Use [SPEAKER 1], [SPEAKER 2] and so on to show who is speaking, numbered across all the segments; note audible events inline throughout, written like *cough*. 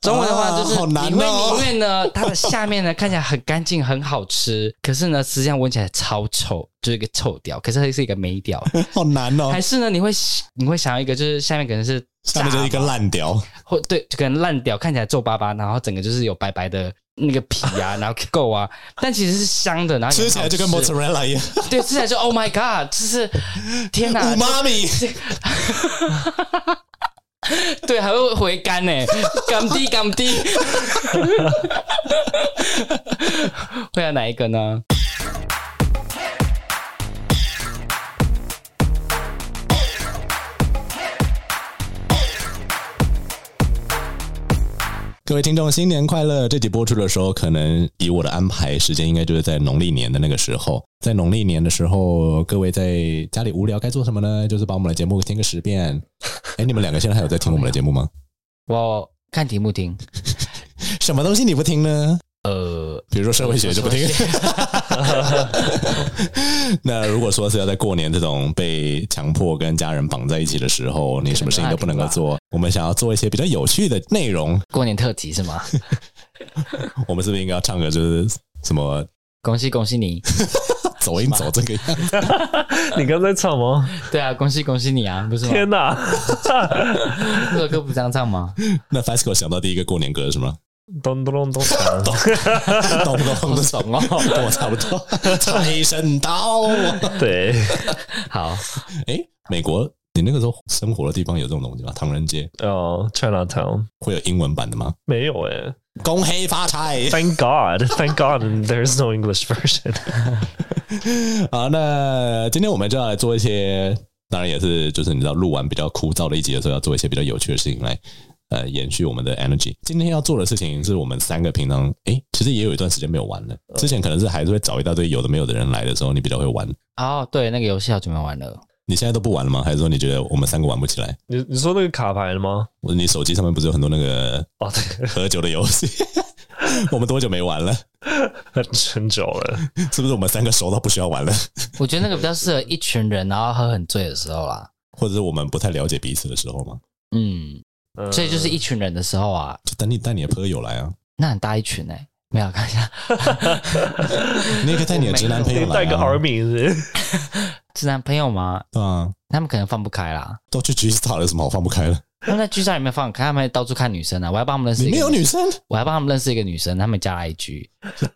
[SPEAKER 1] 中文的话就是
[SPEAKER 2] 啊好难
[SPEAKER 1] 里
[SPEAKER 2] 哦
[SPEAKER 1] 面里面呢，它的下面呢看起来很干净，很好吃，可是呢，实际上闻起来超臭，就是一个臭屌，可是它是一个霉屌。
[SPEAKER 2] *laughs* 好难哦
[SPEAKER 1] 还，是呢，你会你会想要一个，就是下面可能是
[SPEAKER 2] 下面就是一个烂屌，
[SPEAKER 1] *laughs* 或对，就可能烂掉，看起来皱巴巴，然后整个就是有白白的那个皮啊， *laughs* 然后垢啊，但其实是香的，然后也
[SPEAKER 2] 吃起来就跟
[SPEAKER 1] 好吃
[SPEAKER 2] mozzarella 一样，
[SPEAKER 1] 对，吃起来就 Oh my God，就是天
[SPEAKER 2] *laughs*
[SPEAKER 1] 哪
[SPEAKER 2] 五，妈咪，
[SPEAKER 1] 对，还会回甘
[SPEAKER 2] *laughs*
[SPEAKER 1] 呢，甘滴甘滴， *laughs* 会要哪一个呢？
[SPEAKER 2] 各位听众，新年快乐！这集播出的时候，可能以我的安排时间，应该就是在农历年的那个时候。在农历年的时候，各位在家里无聊该做什么呢？就是把我们的节目听个十遍。哎，你们两个现在还有在听我们的节目吗？
[SPEAKER 1] 我看题目听，
[SPEAKER 2] 什么东西你不听呢？
[SPEAKER 1] 呃，
[SPEAKER 2] 比如说社会学就不听。那如果说是要在过年这种被强迫跟家人绑在一起的时候，你什么事情都不能够做，我们想要做一些比较有趣的内容，
[SPEAKER 1] 过年特辑是吗？ *laughs*
[SPEAKER 2] 我们是不是应该要唱个就是什么
[SPEAKER 1] 恭喜恭喜你！
[SPEAKER 2] 走音走这个样子？
[SPEAKER 3] 你刚才唱吗？
[SPEAKER 1] 对啊，恭喜恭喜你啊，不是吗？
[SPEAKER 3] 天哪！
[SPEAKER 1] 这首歌不是这样唱吗？
[SPEAKER 2] 那 Fasco 想到第一个过年歌是什么？
[SPEAKER 3] 咚咚咚咚咚！
[SPEAKER 2] 咚咚的
[SPEAKER 1] 懂哦。
[SPEAKER 2] 跟我差不多。财神到！
[SPEAKER 3] *laughs* 对，
[SPEAKER 1] 好，
[SPEAKER 2] 哎，美国，你那个时候生活的地方有这种东西吗？唐人街
[SPEAKER 3] 哦，China Town
[SPEAKER 2] 会有英文版的吗？
[SPEAKER 3] 没有哎。
[SPEAKER 2] 恭喜发财！
[SPEAKER 3] *laughs* Thank God, Thank God, there's no English version。 *laughs*
[SPEAKER 2] 好，那今天我们就要来做一些，当然也是就是你知道录完比较枯燥的一集的时候，要做一些比较有趣的事情来。呃，延续我们的 energy。今天要做的事情是我们三个平常，诶、其实也有一段时间没有玩了。之前可能是还是会找一大堆有的没有的人来的时候，你比较会玩。
[SPEAKER 1] 哦，对，那个游戏好久没玩了。
[SPEAKER 2] 你现在都不玩了吗？还是说你觉得我们三个玩不起来？
[SPEAKER 3] 你你说那个卡牌的吗？
[SPEAKER 2] 我你手机上面不是有很多那个
[SPEAKER 3] 哦，对， *laughs*
[SPEAKER 2] 喝酒的游戏？ *laughs* 我们多久没玩了？
[SPEAKER 3] 很很久了。
[SPEAKER 2] 是不是我们三个熟到不需要玩了？
[SPEAKER 1] 我觉得那个比较适合一群人，然后喝很醉的时候啦。
[SPEAKER 2] 或者是我们不太了解彼此的时候吗？
[SPEAKER 1] 嗯，
[SPEAKER 3] 嗯
[SPEAKER 1] 所以就是一群人的时候啊，
[SPEAKER 2] 就等你带你的朋友来啊，
[SPEAKER 1] 那很大一群哎、没有看一下，
[SPEAKER 2] *laughs* 你也可以带你的直男朋友
[SPEAKER 3] 你
[SPEAKER 2] 来、
[SPEAKER 3] 带个
[SPEAKER 2] 啊，
[SPEAKER 3] army 是不是
[SPEAKER 1] 直男朋友嘛，
[SPEAKER 2] 对啊，
[SPEAKER 1] 他们可能放不开啦。
[SPEAKER 2] 都去 G Star 了，有什么好放不开的？
[SPEAKER 1] 他们在剧照里面放不开，他们到处看女生啊。我还帮他们认识
[SPEAKER 2] 里
[SPEAKER 1] 一个，
[SPEAKER 2] 面有女生，
[SPEAKER 1] 我还帮他们认识一个女生，他们加了 IG，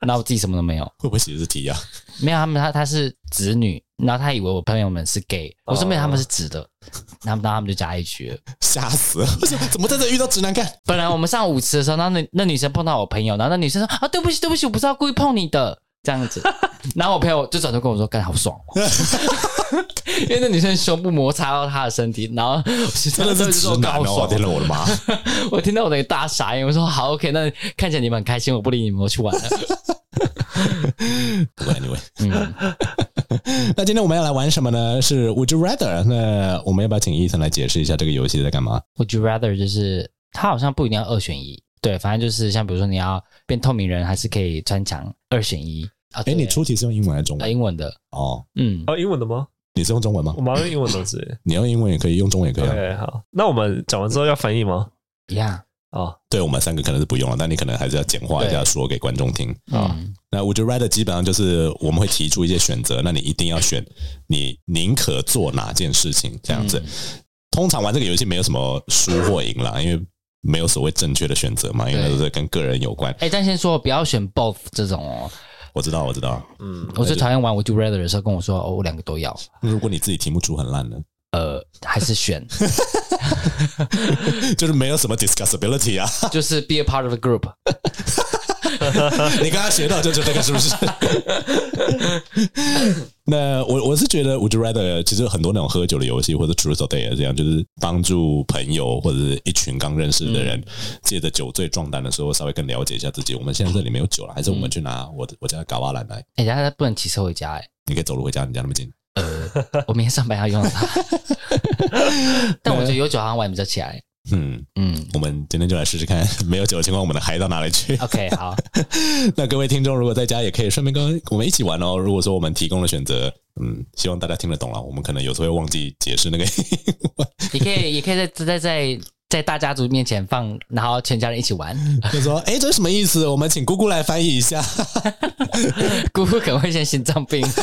[SPEAKER 1] 然后我自己什么都没有，
[SPEAKER 2] 会不会写的是题啊？
[SPEAKER 1] 没有他们他他是直女，然后他以为我朋友们是 gay，我说没有，
[SPEAKER 3] 哦
[SPEAKER 1] 他们是直的，他们然后他们就加 IG 了。
[SPEAKER 2] 吓死了！为什么怎么在这遇到直男干？
[SPEAKER 1] 本来我们上舞池的时候，然后那那女生碰到我朋友，然后那女生说啊，对不起，对不起，我不是要故意碰你的，这样
[SPEAKER 2] *laughs*
[SPEAKER 1] 子。然后我朋友就转头跟我说，干好爽、哦，因为那女生胸部摩擦到她的身体，然后 *laughs*
[SPEAKER 2] 真
[SPEAKER 1] 真
[SPEAKER 2] 的是直男
[SPEAKER 1] 好
[SPEAKER 2] 哦！我
[SPEAKER 1] 爽
[SPEAKER 2] 天哪，我的妈！
[SPEAKER 1] 我听到我那个大傻眼，我说好 OK，那看起来你们很开心，我不理你们，我去玩了。
[SPEAKER 2] 不过 anyway， *laughs*
[SPEAKER 1] 嗯，
[SPEAKER 2] 那今天我们要来玩什么呢？是 Would you rather？那我们要不要请伊森来解释一下这个游戏在干嘛？
[SPEAKER 1] Would you rather 就是它好像不一定要二选一，对，反正就是像比如说你要变透明人，还是可以穿墙，二选一啊。
[SPEAKER 2] 哎，
[SPEAKER 1] 对
[SPEAKER 2] 你出题是用英文还是中
[SPEAKER 1] 呃
[SPEAKER 2] 文？
[SPEAKER 1] 英文的，
[SPEAKER 2] 哦，
[SPEAKER 1] 嗯，
[SPEAKER 3] 哦，英文的吗？
[SPEAKER 1] *laughs*
[SPEAKER 2] 你是用中文吗
[SPEAKER 3] 我？马上英文都是。
[SPEAKER 2] 你用英文也可以，用中文也可以啊。
[SPEAKER 3] OK，好，那我们讲完之后要翻译吗？
[SPEAKER 1] 一样，
[SPEAKER 3] 哦，
[SPEAKER 2] 对我们三个可能是不用了，但你可能还是要简化一下，说给观众听。
[SPEAKER 1] 嗯，
[SPEAKER 2] 那 Would you rather 基本上就是我们会提出一些选择，那你一定要选你宁可做哪件事情这样子。通常玩这个游戏没有什么输或赢啦，因为没有所谓正确的选择嘛，因为那
[SPEAKER 1] 对
[SPEAKER 2] 都是跟个人有关。
[SPEAKER 1] 哎、但先说不要选 both 这种哦，
[SPEAKER 2] 我知道，我知道。
[SPEAKER 3] 嗯，
[SPEAKER 1] 我最讨厌玩 Would you rather 的时候跟我说哦，我两个都要，
[SPEAKER 2] 如果你自己题目出很烂呢， *laughs*
[SPEAKER 1] 呃，还是选，
[SPEAKER 2] 就是没有什么 discussability 啊。
[SPEAKER 1] 就是 be a part of the group。
[SPEAKER 2] *laughs* 你刚刚学到就是这个，是不是？ *laughs* 那我我是觉得，Would you rather？其实很多那种喝酒的游戏，或者 Truth or Dare 这样，就是帮助朋友或者是一群刚认识的人，借着酒醉壮胆的时候，稍微更了解一下自己。我们现在这里没有酒了，还是我们去拿我的我家的嘎巴兰来？
[SPEAKER 1] 哎、大家不能骑车回家、
[SPEAKER 2] *laughs*
[SPEAKER 1] 哎，
[SPEAKER 2] 你可以走路回家，你家那么近。
[SPEAKER 1] 我明天上班要用到
[SPEAKER 2] *laughs*
[SPEAKER 1] 它。但我觉得有酒好像玩比较起来。
[SPEAKER 2] 嗯，
[SPEAKER 1] 嗯
[SPEAKER 2] 我们今天就来试试看，没有酒的情况，我们能嗨到哪里去？ *laughs*
[SPEAKER 1] ，OK，好，
[SPEAKER 2] 那各位听众，如果在家也可以顺便跟我们一起玩哦。如果说我们提供的选择，嗯，希望大家听得懂了。我们可能有时候会忘记解释那个
[SPEAKER 1] 你可以，也可以在在在在大家族面前放，然后全家人一起玩，
[SPEAKER 2] 就说：“哎，这是什么意思？我们请姑姑来翻译一下。
[SPEAKER 1] 姑姑可能会先心脏病。
[SPEAKER 2] *laughs*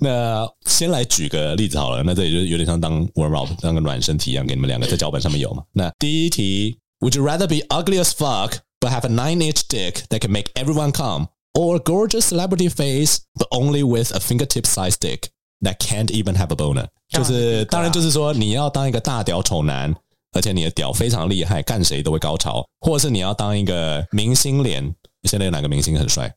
[SPEAKER 2] 那先来举个例子好了，那这里就是有点像当 warm up 当个暖身题一样，给你们两个在脚本上面有嘛。那第一题，Would you rather be ugly as fuck but have a nine-inch dick that can make everyone come, or a gorgeous celebrity face but only with a fingertip-sized dick that can't even have a boner？”
[SPEAKER 1] 当然
[SPEAKER 2] 就
[SPEAKER 1] 是
[SPEAKER 2] 是
[SPEAKER 1] 这个啊
[SPEAKER 2] 当然就是说你要当一个大屌丑男。而且你的屌非常厉害，干谁都会高潮，或者是你要当一个明星脸。现在有哪个明星很帅？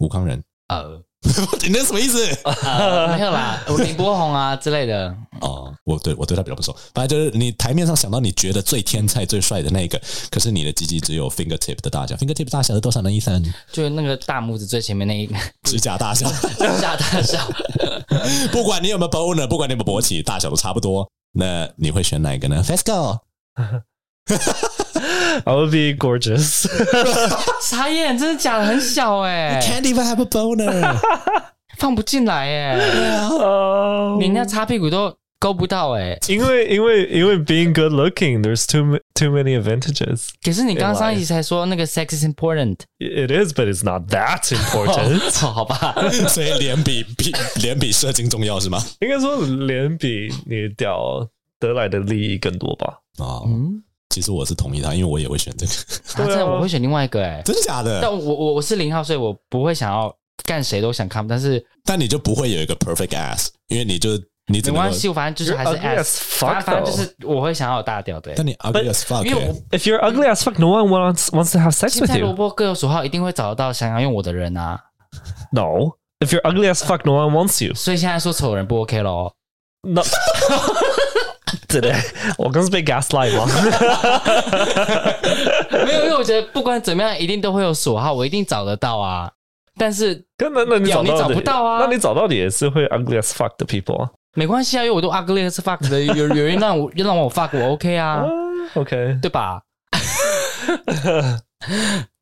[SPEAKER 2] 吴康仁，
[SPEAKER 1] *laughs* 呃
[SPEAKER 2] *laughs* 你那什么意思？
[SPEAKER 1] 呃，没有啦，林柏宏啊之类的，
[SPEAKER 2] 哦，我对我对他比较不熟。反正就是你台面上想到你觉得最天才、最帅的那个，可是你的鸡鸡只有 fingertip 的大小，fingertip 大小是多少呢？一三
[SPEAKER 1] 就那个大拇指最前面那一 *laughs* 个
[SPEAKER 2] 指甲大小，
[SPEAKER 1] 吓大笑。
[SPEAKER 2] 不管你有没有 boner，不管你有没有勃起，大小都差不多。那你会选哪一个呢？Let's go。
[SPEAKER 3] I would be
[SPEAKER 1] *laughs*
[SPEAKER 3] gorgeous
[SPEAKER 1] 傻眼，真的假的？很小哎、
[SPEAKER 2] Can't even have a boner。
[SPEAKER 1] 放不进来哎、
[SPEAKER 3] *laughs* 哦
[SPEAKER 1] 你那擦屁股都勾不到哎、
[SPEAKER 3] Oh。因为因为因为 being good looking, there's too ma- too many advantages.
[SPEAKER 1] 可是你刚刚上一集才说那个 sex is important，
[SPEAKER 3] It is, but it's
[SPEAKER 1] *laughs*
[SPEAKER 3] not that important.
[SPEAKER 1] 哦好吧？
[SPEAKER 2] 所以脸比比脸比射精重要是吗？
[SPEAKER 3] 应该说脸比你屌得来的利益更多吧？
[SPEAKER 2] 哦，
[SPEAKER 1] 嗯，
[SPEAKER 2] 其实我是同意他，因为我也会选这个。
[SPEAKER 1] 啊、真的我会选另外一个哎、
[SPEAKER 2] 真的假
[SPEAKER 1] 但
[SPEAKER 2] 的？
[SPEAKER 1] 我我我是零号，所以我不会想要干谁都想看，但是
[SPEAKER 2] 但你就不会有一个 perfect ass，因为你就你只
[SPEAKER 1] 没
[SPEAKER 2] 能
[SPEAKER 1] 关
[SPEAKER 2] 够。
[SPEAKER 1] 系，我反正就是还是
[SPEAKER 3] You're ugly as
[SPEAKER 1] S，
[SPEAKER 3] fuck
[SPEAKER 1] 反反正就
[SPEAKER 3] though
[SPEAKER 1] 是我会想要有大屌的、欸
[SPEAKER 2] 但。你 ugly as fuck，
[SPEAKER 1] 因为
[SPEAKER 2] 欸
[SPEAKER 1] 我
[SPEAKER 3] If you're ugly as fuck, no one wants wants to have sex
[SPEAKER 1] 现
[SPEAKER 3] with
[SPEAKER 1] 在萝
[SPEAKER 3] you.
[SPEAKER 1] 卜各有所好，一定会找得到想要用我的人啊！
[SPEAKER 3] No. If you're ugly as fuck, no one wants you. *laughs*
[SPEAKER 1] 所以现在说丑人不 OK 咯。
[SPEAKER 3] No. 真的，我刚是被 gaslight 吗？
[SPEAKER 1] 没有，因为我觉得不管怎么样，一定都会有所好，我一定找得到啊。但是
[SPEAKER 3] *laughs* 跟那那你
[SPEAKER 1] 屌
[SPEAKER 3] 找
[SPEAKER 1] 你
[SPEAKER 3] 到的
[SPEAKER 1] 找不到啊
[SPEAKER 3] 那你找到的也是会 ugly as fuck 的 people 啊。
[SPEAKER 1] 没关系啊，因为我都 ugly as fuck 的，有有人让我 *laughs* 让我 fuck 我 OK 啊， *laughs*
[SPEAKER 3] OK，
[SPEAKER 1] 对吧？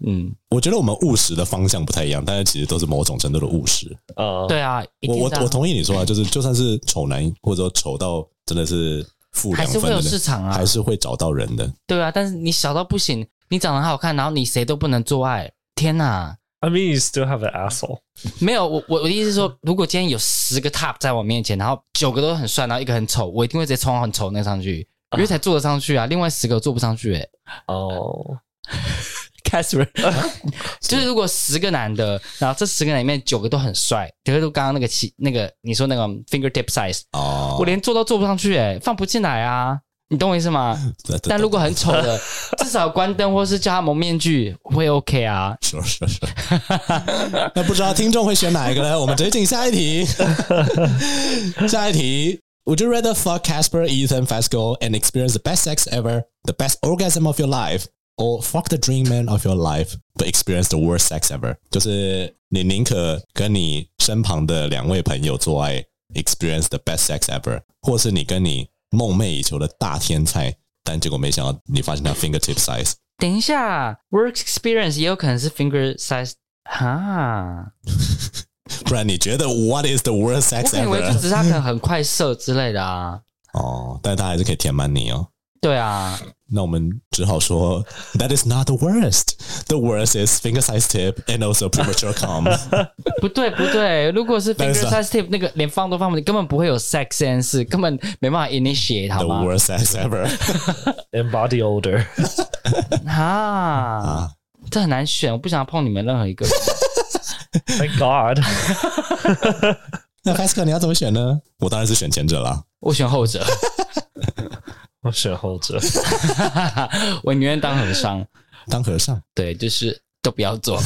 [SPEAKER 1] 嗯，
[SPEAKER 2] 我觉得我们务实的方向不太一样，但是其实都是某种程度的务实。
[SPEAKER 3] 啊，
[SPEAKER 1] 对啊，一
[SPEAKER 2] 我
[SPEAKER 1] 定
[SPEAKER 2] 我
[SPEAKER 1] 是啊
[SPEAKER 2] 我同意你说啊，就是就算是丑男，或者说丑到真的是负
[SPEAKER 1] 还
[SPEAKER 2] 两
[SPEAKER 1] 是
[SPEAKER 2] 分的
[SPEAKER 1] 会有
[SPEAKER 2] 人，
[SPEAKER 1] 市场啊
[SPEAKER 2] 还，是会找到人的。
[SPEAKER 1] 对啊，但是你小到不行，你长得很好看，然后你谁都不能做爱，天哪！
[SPEAKER 3] I mean you still have an asshole。
[SPEAKER 1] 没有，我我我的意思是说，如果今天有十个 top 在我面前，然后九个都很帅，然后一个很丑，我一定会直接冲到很丑那个上去，因为才坐得上去啊，另外十个我坐不上去、欸，
[SPEAKER 3] 哦，
[SPEAKER 1] 开始， *laughs* 就是如果十个男的，然后这十个男里面九个都很帅，比如说刚刚那个七，那个你说那个 fingertip size，、
[SPEAKER 2] 哦，
[SPEAKER 1] 我连坐都坐不上去、欸，放不进来啊，你懂我意思吗？
[SPEAKER 2] *laughs* 这这
[SPEAKER 1] 但如果很丑的，至少关灯或是叫他蒙面具会 OK 啊。
[SPEAKER 2] 是是是， *laughs* 那不知道听众会选哪一个呢？我们直接进下一题。下一题，Would you rather fuck Casper, Ethan, Fasco and experience the best sex ever, the best orgasm of your life, or fuck the dream man of your life but experience the worst sex ever？就是你宁可跟你身旁的两位朋友做爱，experience the best sex ever，或是你跟你梦寐以求的大天才，但结果没想到你发现他 fingertip size。
[SPEAKER 1] 等一下，work experience 也有可能是 finger size 哈，
[SPEAKER 2] 不然你觉得 What is the worst
[SPEAKER 1] 我
[SPEAKER 2] sex
[SPEAKER 1] 以为就
[SPEAKER 2] ever？
[SPEAKER 1] 只是他可能很快射之类的啊。
[SPEAKER 2] 哦，但他还是可以填满你哦。
[SPEAKER 1] 对啊，
[SPEAKER 2] 那我们只好说，That is not the worst. The worst is finger size tip and also
[SPEAKER 1] *laughs*
[SPEAKER 2] premature cum.
[SPEAKER 1] 不对不对，如果是
[SPEAKER 2] 但
[SPEAKER 1] finger
[SPEAKER 2] 是啊
[SPEAKER 1] size tip 那个连放都放不进，根本不会有 sex sense，根本没办法 initiate 好
[SPEAKER 2] the
[SPEAKER 1] 吗？
[SPEAKER 2] worst sex
[SPEAKER 1] *laughs*
[SPEAKER 2] ever.
[SPEAKER 3] embody older。
[SPEAKER 1] 啊，这很难选，我不想碰你们任何一个人。
[SPEAKER 3] *laughs* Thank God。 *laughs*
[SPEAKER 2] 那 f a s c o 你要怎么选呢？我当然是选前者啦。
[SPEAKER 1] 我选后者， *laughs*
[SPEAKER 3] 我选后者。 *laughs*
[SPEAKER 1] 我宁愿当和尚。
[SPEAKER 2] 当和尚，
[SPEAKER 1] 对，就是都不要做。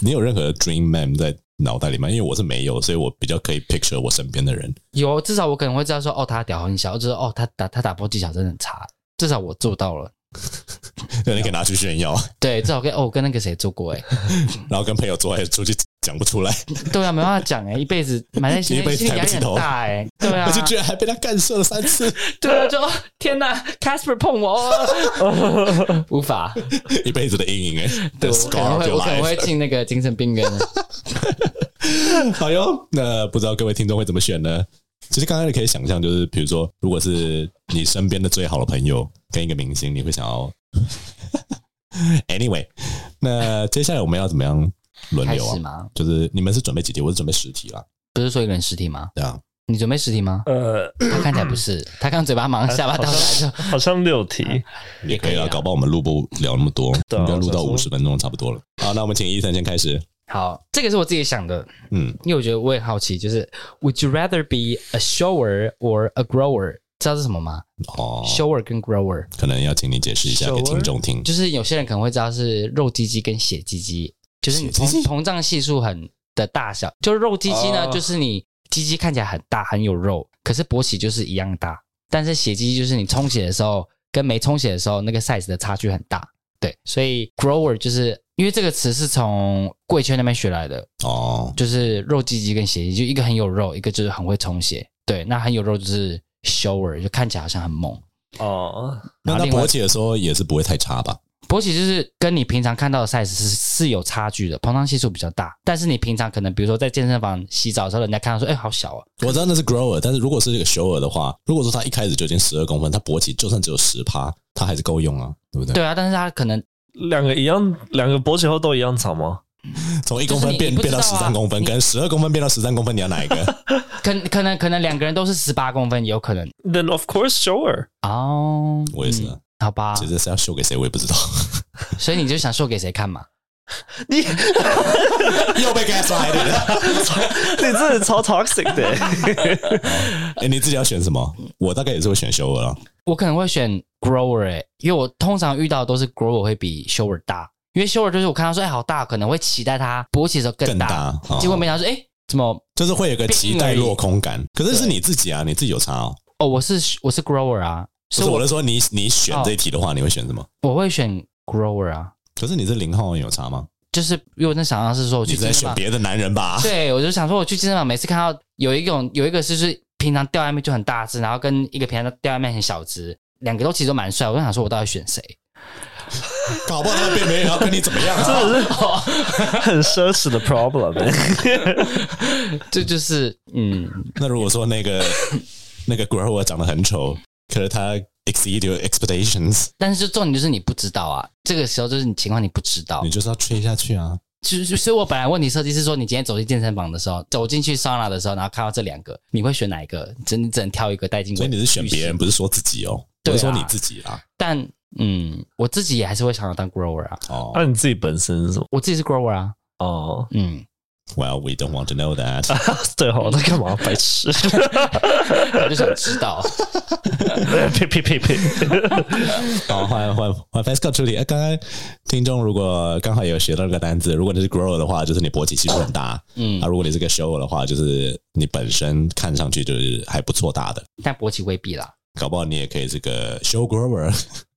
[SPEAKER 2] 你有任何 dream man 在脑袋里吗？因为我是没有，所以我比较可以 picture 我身边的人。
[SPEAKER 1] 有，至少我可能会知道说，哦，他屌很小，就是哦，他打他打破技巧真的很差。至少我做到了。
[SPEAKER 2] 对，你可以拿去炫
[SPEAKER 1] *laughs*
[SPEAKER 2] 耀，
[SPEAKER 1] 对，至少跟哦，我跟那个谁做过哎、
[SPEAKER 2] 然后跟朋友做爱出去讲不出来，
[SPEAKER 1] 对啊，没办法讲哎、一辈子埋在心
[SPEAKER 2] *laughs* 一辈
[SPEAKER 1] 里，
[SPEAKER 2] 子
[SPEAKER 1] 心里
[SPEAKER 2] 抬
[SPEAKER 1] 压
[SPEAKER 2] 不
[SPEAKER 1] 力
[SPEAKER 2] 起
[SPEAKER 1] 很
[SPEAKER 2] 头
[SPEAKER 1] 大哎、对啊
[SPEAKER 2] *laughs* 而且，居然还被他干射了三
[SPEAKER 1] *laughs*
[SPEAKER 2] 次，
[SPEAKER 1] 对啊，就哦天哪，Casper 碰我，哦 *laughs* 无法。
[SPEAKER 2] 一辈子的阴影哎、
[SPEAKER 1] 对，
[SPEAKER 2] The
[SPEAKER 1] 我可能
[SPEAKER 2] scar of
[SPEAKER 1] 会，
[SPEAKER 2] your
[SPEAKER 1] 我可能
[SPEAKER 2] life
[SPEAKER 1] 会。进那个精神病院。
[SPEAKER 2] 好哟，那不知道各位听众会怎么选呢？其实刚开始可以想象，就是比如说，如果是你身边的最好的朋友跟一个明星，你会想要。anyway，那接下来我们要怎么样轮
[SPEAKER 1] 开
[SPEAKER 2] 流
[SPEAKER 1] 始
[SPEAKER 2] 啊？
[SPEAKER 1] 吗？
[SPEAKER 2] 就是你们是准备几题？我是准备十题啦，
[SPEAKER 1] 不是说一个人实体吗？
[SPEAKER 2] 对啊，
[SPEAKER 1] 你准备实体吗？
[SPEAKER 3] 呃，
[SPEAKER 1] 他看起来不是，
[SPEAKER 2] *laughs*
[SPEAKER 1] 他刚嘴巴忙，下巴倒下来就
[SPEAKER 3] 好像六题，
[SPEAKER 2] 也可以
[SPEAKER 1] 可以
[SPEAKER 2] 啦。
[SPEAKER 1] 啊
[SPEAKER 2] 搞不好我们录不了那么多，
[SPEAKER 3] 对啊
[SPEAKER 2] 应该录到
[SPEAKER 3] 我想说
[SPEAKER 2] 五十分钟差不多了。
[SPEAKER 1] 啊
[SPEAKER 2] 好，那我们请医生先开始。
[SPEAKER 1] 好。这个是我自己想的，
[SPEAKER 2] 嗯，
[SPEAKER 1] 因为我觉得我也好奇，就是 Would you rather be a shower or a grower？知道是什么吗、
[SPEAKER 2] 哦，
[SPEAKER 1] s h o w e r 跟 grower，
[SPEAKER 2] 可能要请你解释一下给
[SPEAKER 3] Sure
[SPEAKER 2] 听众听。
[SPEAKER 1] 就是有些人可能会知道是肉鸡鸡跟血鸡鸡，就是你膨
[SPEAKER 2] 血鸡鸡
[SPEAKER 1] 膨胀系数很的大小。就是肉鸡鸡呢
[SPEAKER 3] 哦
[SPEAKER 1] 就是你鸡鸡看起来很大很有肉，可是勃起就是一样大。但是血鸡鸡就是你充血的时候跟没充血的时候那个 size 的差距很大。对，所以 grower 就是因为这个词是从贵圈那边学来的，
[SPEAKER 2] 哦，
[SPEAKER 1] 就是肉鸡鸡跟血鸡，就一个很有肉，一个就是很会充血。对，那很有肉就是 shower，就看起来好像很猛。
[SPEAKER 3] 哦，
[SPEAKER 2] 那
[SPEAKER 1] 然后
[SPEAKER 2] 他
[SPEAKER 1] 另外
[SPEAKER 2] 勃起的时候也是不会太差吧？
[SPEAKER 1] 勃起就是跟你平常看到的 size 是是有差距的，膨胀系数比较大。但是你平常可能比如说在健身房洗澡的时候，人家看到说，哎、好小哦、
[SPEAKER 2] 我知道那是 grower，但是如果是一个 shower 的话，如果说他一开始就已经十二公分，他勃起就算只有十趴，他还是够用啊，对不对？
[SPEAKER 1] 对啊，但是他可能
[SPEAKER 3] 两个一样，两个勃起后都一样长吗？
[SPEAKER 2] 从一公分
[SPEAKER 1] 就是你
[SPEAKER 2] 变、
[SPEAKER 1] 你不
[SPEAKER 2] 变
[SPEAKER 1] 知道
[SPEAKER 2] 到
[SPEAKER 1] 啊
[SPEAKER 2] 十三公分，
[SPEAKER 1] 你
[SPEAKER 2] 跟十二公分变到十三公分，你要哪一个？
[SPEAKER 1] *laughs* 可可能可能两个人都是十八公分，有可能
[SPEAKER 3] Then of course shower。
[SPEAKER 1] 哦。
[SPEAKER 2] 我也是啊
[SPEAKER 1] 嗯好吧
[SPEAKER 2] 其，实是要秀给谁，我也不知道。 *laughs*
[SPEAKER 1] 所以你就想秀给谁看嘛？
[SPEAKER 3] 你 *laughs*
[SPEAKER 2] 又被 gaslighted *laughs* 了。
[SPEAKER 3] 你真的超 toxic 的，
[SPEAKER 2] 哎，你自己要选什么？我大概也是会选 shower 了。
[SPEAKER 1] 我可能会选 grower，、欸、因为我通常遇到的都是 grower 会比 shower 大，因为 shower 就是我看到说，哎、好大，可能会期待它勃起的时候
[SPEAKER 2] 更
[SPEAKER 1] 更大，
[SPEAKER 2] 大哦
[SPEAKER 1] 结果没想到说，哎、怎么？
[SPEAKER 2] 就是会有个期待落空感，可是是
[SPEAKER 1] 对
[SPEAKER 2] 你自己啊，你自己有差哦。
[SPEAKER 1] 哦，我是我是 grower 啊，
[SPEAKER 2] 不
[SPEAKER 1] 所
[SPEAKER 2] 是
[SPEAKER 1] 以
[SPEAKER 2] 我
[SPEAKER 1] 我
[SPEAKER 2] 是说你，你选
[SPEAKER 1] 哦
[SPEAKER 2] 这一题的话，你会选什么？
[SPEAKER 1] 我会选 grower 啊。
[SPEAKER 2] 可是你是零号有差吗？
[SPEAKER 1] 就是因为我那想象是说我
[SPEAKER 2] 你
[SPEAKER 1] 去
[SPEAKER 2] 是在
[SPEAKER 1] 健身
[SPEAKER 2] 选
[SPEAKER 1] 房，
[SPEAKER 2] 别的男人吧？
[SPEAKER 1] *laughs* 对我就想说我去健身房，每次看到有一种有一个就是平常吊外面就很大只，然后跟一个平常吊外面很小只，两个都其实都蛮帅，我就想说我到底
[SPEAKER 2] *laughs*
[SPEAKER 1] 选谁？
[SPEAKER 2] 搞不好他并没有要跟你怎么样啊？
[SPEAKER 3] *laughs* 很奢侈的 problem。
[SPEAKER 1] 这就是嗯，
[SPEAKER 2] 那如果说那
[SPEAKER 1] *laughs*
[SPEAKER 2] 个那个 grower 长得很丑，可是他 exceed your expectations，
[SPEAKER 1] 但是就重点就是你不知道啊，这个时候就是你情况你不知道
[SPEAKER 2] 你，就是要吹下去啊！
[SPEAKER 1] 就就所以我本来问题设计是说你今天走进健身房的时候，走进去 sauna 的时候，然后看到这两个，你会选哪一个？只你只能挑一个带进去，
[SPEAKER 2] 所以你是选别人，不是说自己哦，不
[SPEAKER 1] 对啊
[SPEAKER 2] 是说你自己啦。
[SPEAKER 1] 但嗯，我自己也还是会想要当 grower 啊，
[SPEAKER 2] 哦
[SPEAKER 3] 那你自己本身是什么？
[SPEAKER 1] 我自己是 grower 啊，
[SPEAKER 3] 哦，
[SPEAKER 1] 嗯。
[SPEAKER 2] *laughs* ，Well, we don't want to know that 。
[SPEAKER 1] 啊
[SPEAKER 2] *laughs*
[SPEAKER 3] 对哦，那干嘛？白痴！ *laughs*
[SPEAKER 1] 我就想知道。
[SPEAKER 3] 呸呸呸呸！
[SPEAKER 2] 好，哦换换换 Pascal 出题。哎刚刚听众如果刚好有学到一个单字，如果你是 grower 的话，就是你勃起系数很大；
[SPEAKER 1] 嗯
[SPEAKER 2] 啊，，如果你是个 shower 的话，就是你本身看上去就是还不错大的，
[SPEAKER 1] 但勃起未必啦。
[SPEAKER 2] 搞不好你也可以是个 show grower。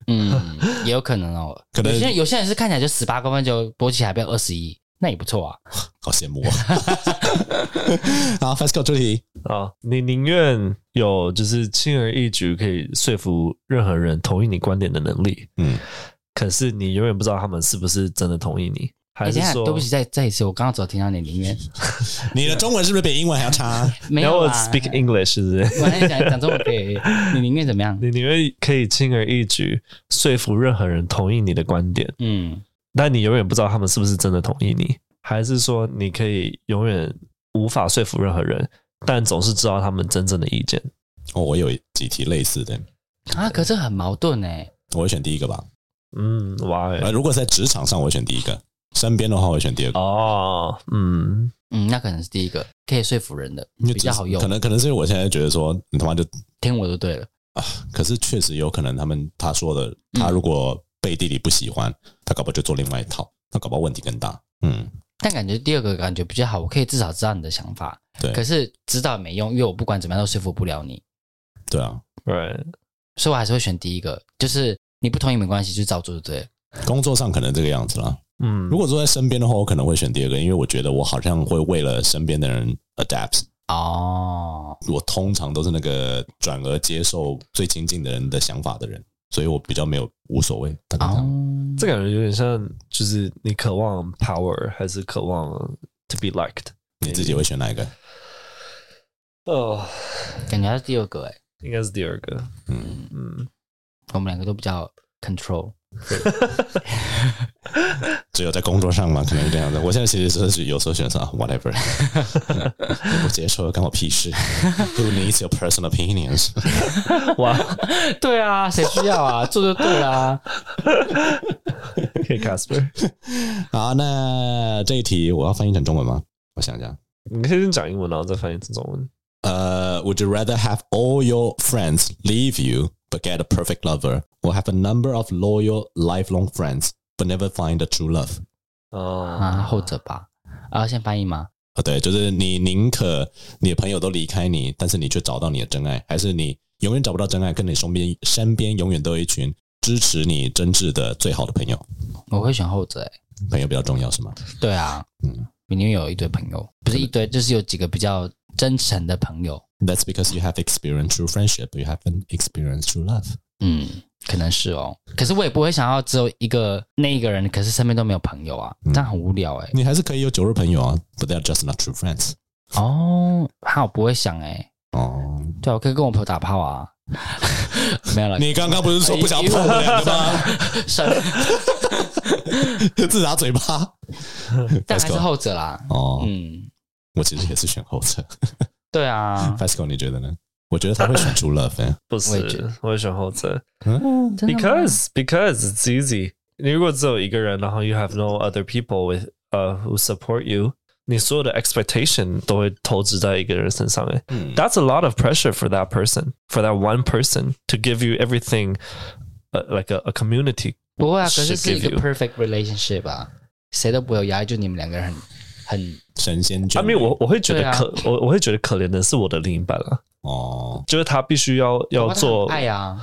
[SPEAKER 1] 嗯， *laughs* 也有可能哦。
[SPEAKER 2] 可能
[SPEAKER 1] 有些人有些人是看起来就十八公分就勃起还变二十一，那也不错啊。
[SPEAKER 2] 好羡慕、哦。 *laughs* 好，Fasco 出题，
[SPEAKER 3] 啊，你宁愿有就是轻而易举可以说服任何人同意你观点的能力，
[SPEAKER 2] 嗯，
[SPEAKER 3] 可是你永远不知道他们是不是真的同意你，还
[SPEAKER 1] 哎
[SPEAKER 3] 是
[SPEAKER 1] 等一下
[SPEAKER 3] 说
[SPEAKER 1] 对不起，再再一次，我刚刚只有听到你宁愿
[SPEAKER 2] 你的中文是不是比英文还要差？
[SPEAKER 1] 没
[SPEAKER 3] 你
[SPEAKER 1] 有
[SPEAKER 3] 要
[SPEAKER 1] 啦
[SPEAKER 3] speak English 是不是？
[SPEAKER 1] *laughs* 我还想讲中文可以，你宁愿怎么样？
[SPEAKER 3] 你宁愿可以轻而易举说服任何人同意你的观点，
[SPEAKER 1] 嗯，
[SPEAKER 3] 但你永远不知道他们是不是真的同意你，还是说你可以永远无法说服任何人，但总是知道他们真正的意见？
[SPEAKER 2] *laughs* 哦，我有几题类似的，
[SPEAKER 1] 啊，可是很矛盾哎。
[SPEAKER 2] 我会选第一个吧。
[SPEAKER 3] 嗯，哇欸
[SPEAKER 2] 呃，如果是在职场上，我会选第一个；身边的话，我会选第二个。
[SPEAKER 3] 哦，嗯，
[SPEAKER 1] 嗯，那可能是第一个可以说服人的，
[SPEAKER 2] 因为
[SPEAKER 1] 比较好用
[SPEAKER 2] 可。能可能是因为我现在觉得说，你他妈就，
[SPEAKER 1] 听我就对了。
[SPEAKER 2] 可是确实有可能他们他说的，他如果背地里不喜欢，他搞不好就做另外一套，他搞不好问题更大。嗯，
[SPEAKER 1] 但感觉第二个感觉比较好，我可以至少知道你的想法。
[SPEAKER 2] 对
[SPEAKER 1] 可是知道也没用，因为我不管怎么样都说服不了你。
[SPEAKER 2] 对啊，
[SPEAKER 3] right，
[SPEAKER 1] 所以我还是会选第一个，就是你不同意没关系，就照做就对了。
[SPEAKER 2] 工作上可能这个样子啦。
[SPEAKER 3] 嗯，
[SPEAKER 2] 如果说在身边的话，我可能会选第二个，因为我觉得我好像会为了身边的人 adapt。
[SPEAKER 1] 哦，
[SPEAKER 2] 我通常都是那个转而接受最亲近的人的想法的人，所以我比较没有无所谓。大概这
[SPEAKER 1] 哦
[SPEAKER 2] 样，
[SPEAKER 3] 这感觉有点像，就是你渴望 power 还是渴望 to be liked？
[SPEAKER 2] 你自己会选哪一个？
[SPEAKER 3] 哦，
[SPEAKER 1] 感觉他是第二个哎、
[SPEAKER 3] 应该是第二个。
[SPEAKER 2] 嗯
[SPEAKER 3] 嗯，
[SPEAKER 1] 我们两个都比较 control。
[SPEAKER 2] 只有在工作上嘛，可能是这样的。我现在其实就是有时候选择啊 whatever，不接受干我屁事。Who *laughs* needs your personal opinions？ *laughs*
[SPEAKER 3] 哇， *laughs*
[SPEAKER 1] 对啊，谁需要 *laughs* 啊？做就对啦、
[SPEAKER 3] 可以 Casper，
[SPEAKER 2] 好，那这一题我要翻译成中文吗？我想一下。
[SPEAKER 3] 你可以先讲英文，然后再翻译成中文。
[SPEAKER 2] 呃、w o u l d you rather have all your friends leave you but get a perfect lover, or have a number of loyal, lifelong friends but never find a true love？
[SPEAKER 1] 啊，
[SPEAKER 3] 哦，
[SPEAKER 1] 后者吧。啊，先翻译吗？
[SPEAKER 2] 啊，对，就是你宁可你的朋友都离开你，但是你却找到你的真爱，还是你永远找不到真爱，跟你身边身边永远都有一群支持你真挚的最好的朋友，
[SPEAKER 1] 我会选后者、欸。
[SPEAKER 2] 朋友比较重要是吗？
[SPEAKER 1] 对啊，
[SPEAKER 2] 嗯
[SPEAKER 1] 里面有一堆朋友，不是一堆，就是有几个比较真诚的朋友。
[SPEAKER 2] That's because you have experienced true friendship, but you haven't experienced true love。
[SPEAKER 1] 嗯，可能是哦。可是我也不会想要只有一个那一个人，可是身边都没有朋友啊，这样很无聊哎、
[SPEAKER 2] 你还是可以有酒肉朋友啊，but they're just not true friends。
[SPEAKER 1] 哦，还好不会想哎、
[SPEAKER 2] 哦，
[SPEAKER 1] 对啊，我可以跟我朋友打炮 *laughs* 啊。没有了，
[SPEAKER 2] 你刚刚不是说不想碰我们两个吗？ *laughs*
[SPEAKER 1] *laughs* 算了，
[SPEAKER 2] 自打嘴
[SPEAKER 1] *laughs*
[SPEAKER 2] 巴。
[SPEAKER 1] 但
[SPEAKER 2] Let's
[SPEAKER 1] 还是
[SPEAKER 2] go
[SPEAKER 1] 后者啦。
[SPEAKER 2] 哦，
[SPEAKER 1] 嗯，
[SPEAKER 2] 我其实也是选后者。
[SPEAKER 1] 对啊
[SPEAKER 2] f，a s c o 你觉得呢？我觉得他会选 true love 欸。
[SPEAKER 3] 不
[SPEAKER 1] 我也觉
[SPEAKER 3] 是，我也选后者。
[SPEAKER 1] 真的吗
[SPEAKER 3] Because because it's easy. 你如果只有一个人，然后 you have no other people with 呃、who support you，你所有的 expectation 都会投掷在一个人身上。哎、
[SPEAKER 2] 嗯
[SPEAKER 3] that's a lot of pressure for that person, for that one person to give you everything, uh, like a, a community.
[SPEAKER 1] 不会啊，可是
[SPEAKER 3] Should
[SPEAKER 1] 是一个
[SPEAKER 3] give you.
[SPEAKER 1] perfect relationship 啊，谁都不会有压力，就你们两个人很很
[SPEAKER 2] 神仙眷
[SPEAKER 3] I
[SPEAKER 2] 侣
[SPEAKER 3] mean，我我会觉
[SPEAKER 1] 对
[SPEAKER 3] 得
[SPEAKER 1] 啊
[SPEAKER 3] 可、我我会觉得可怜的是我的另一半了，
[SPEAKER 2] 哦，
[SPEAKER 3] 就是他必须要要做
[SPEAKER 1] 爱啊，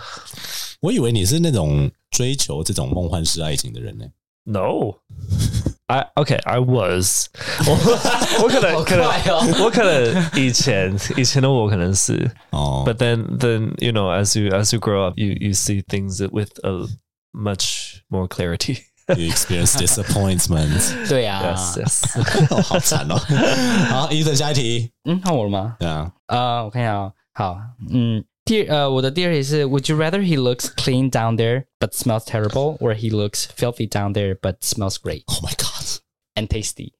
[SPEAKER 2] 我以为你是那种追求这种梦幻式爱情的人呢、
[SPEAKER 3] No. I okay, I *laughs* was 我我可能
[SPEAKER 1] 好
[SPEAKER 3] 可能
[SPEAKER 1] 快哦
[SPEAKER 3] *laughs* 我可能以前以前的我可能是
[SPEAKER 2] 哦，
[SPEAKER 3] ，but then then you know as you as you grow up you you see things with a much more clarity.
[SPEAKER 2] you experience disappointment，
[SPEAKER 1] *laughs* 对啊。
[SPEAKER 3] Yes, yes. *laughs*
[SPEAKER 2] 哦，好惨哦。好，医生，下一题。
[SPEAKER 1] 嗯，看我了吗？
[SPEAKER 2] 对啊，
[SPEAKER 1] 呃，我看一下啊，好，嗯，第呃，我的第二题是，Would you rather he looks clean down there but smells terrible, or he looks filthy down there but smells great
[SPEAKER 2] ，Oh my God，
[SPEAKER 1] and tasty？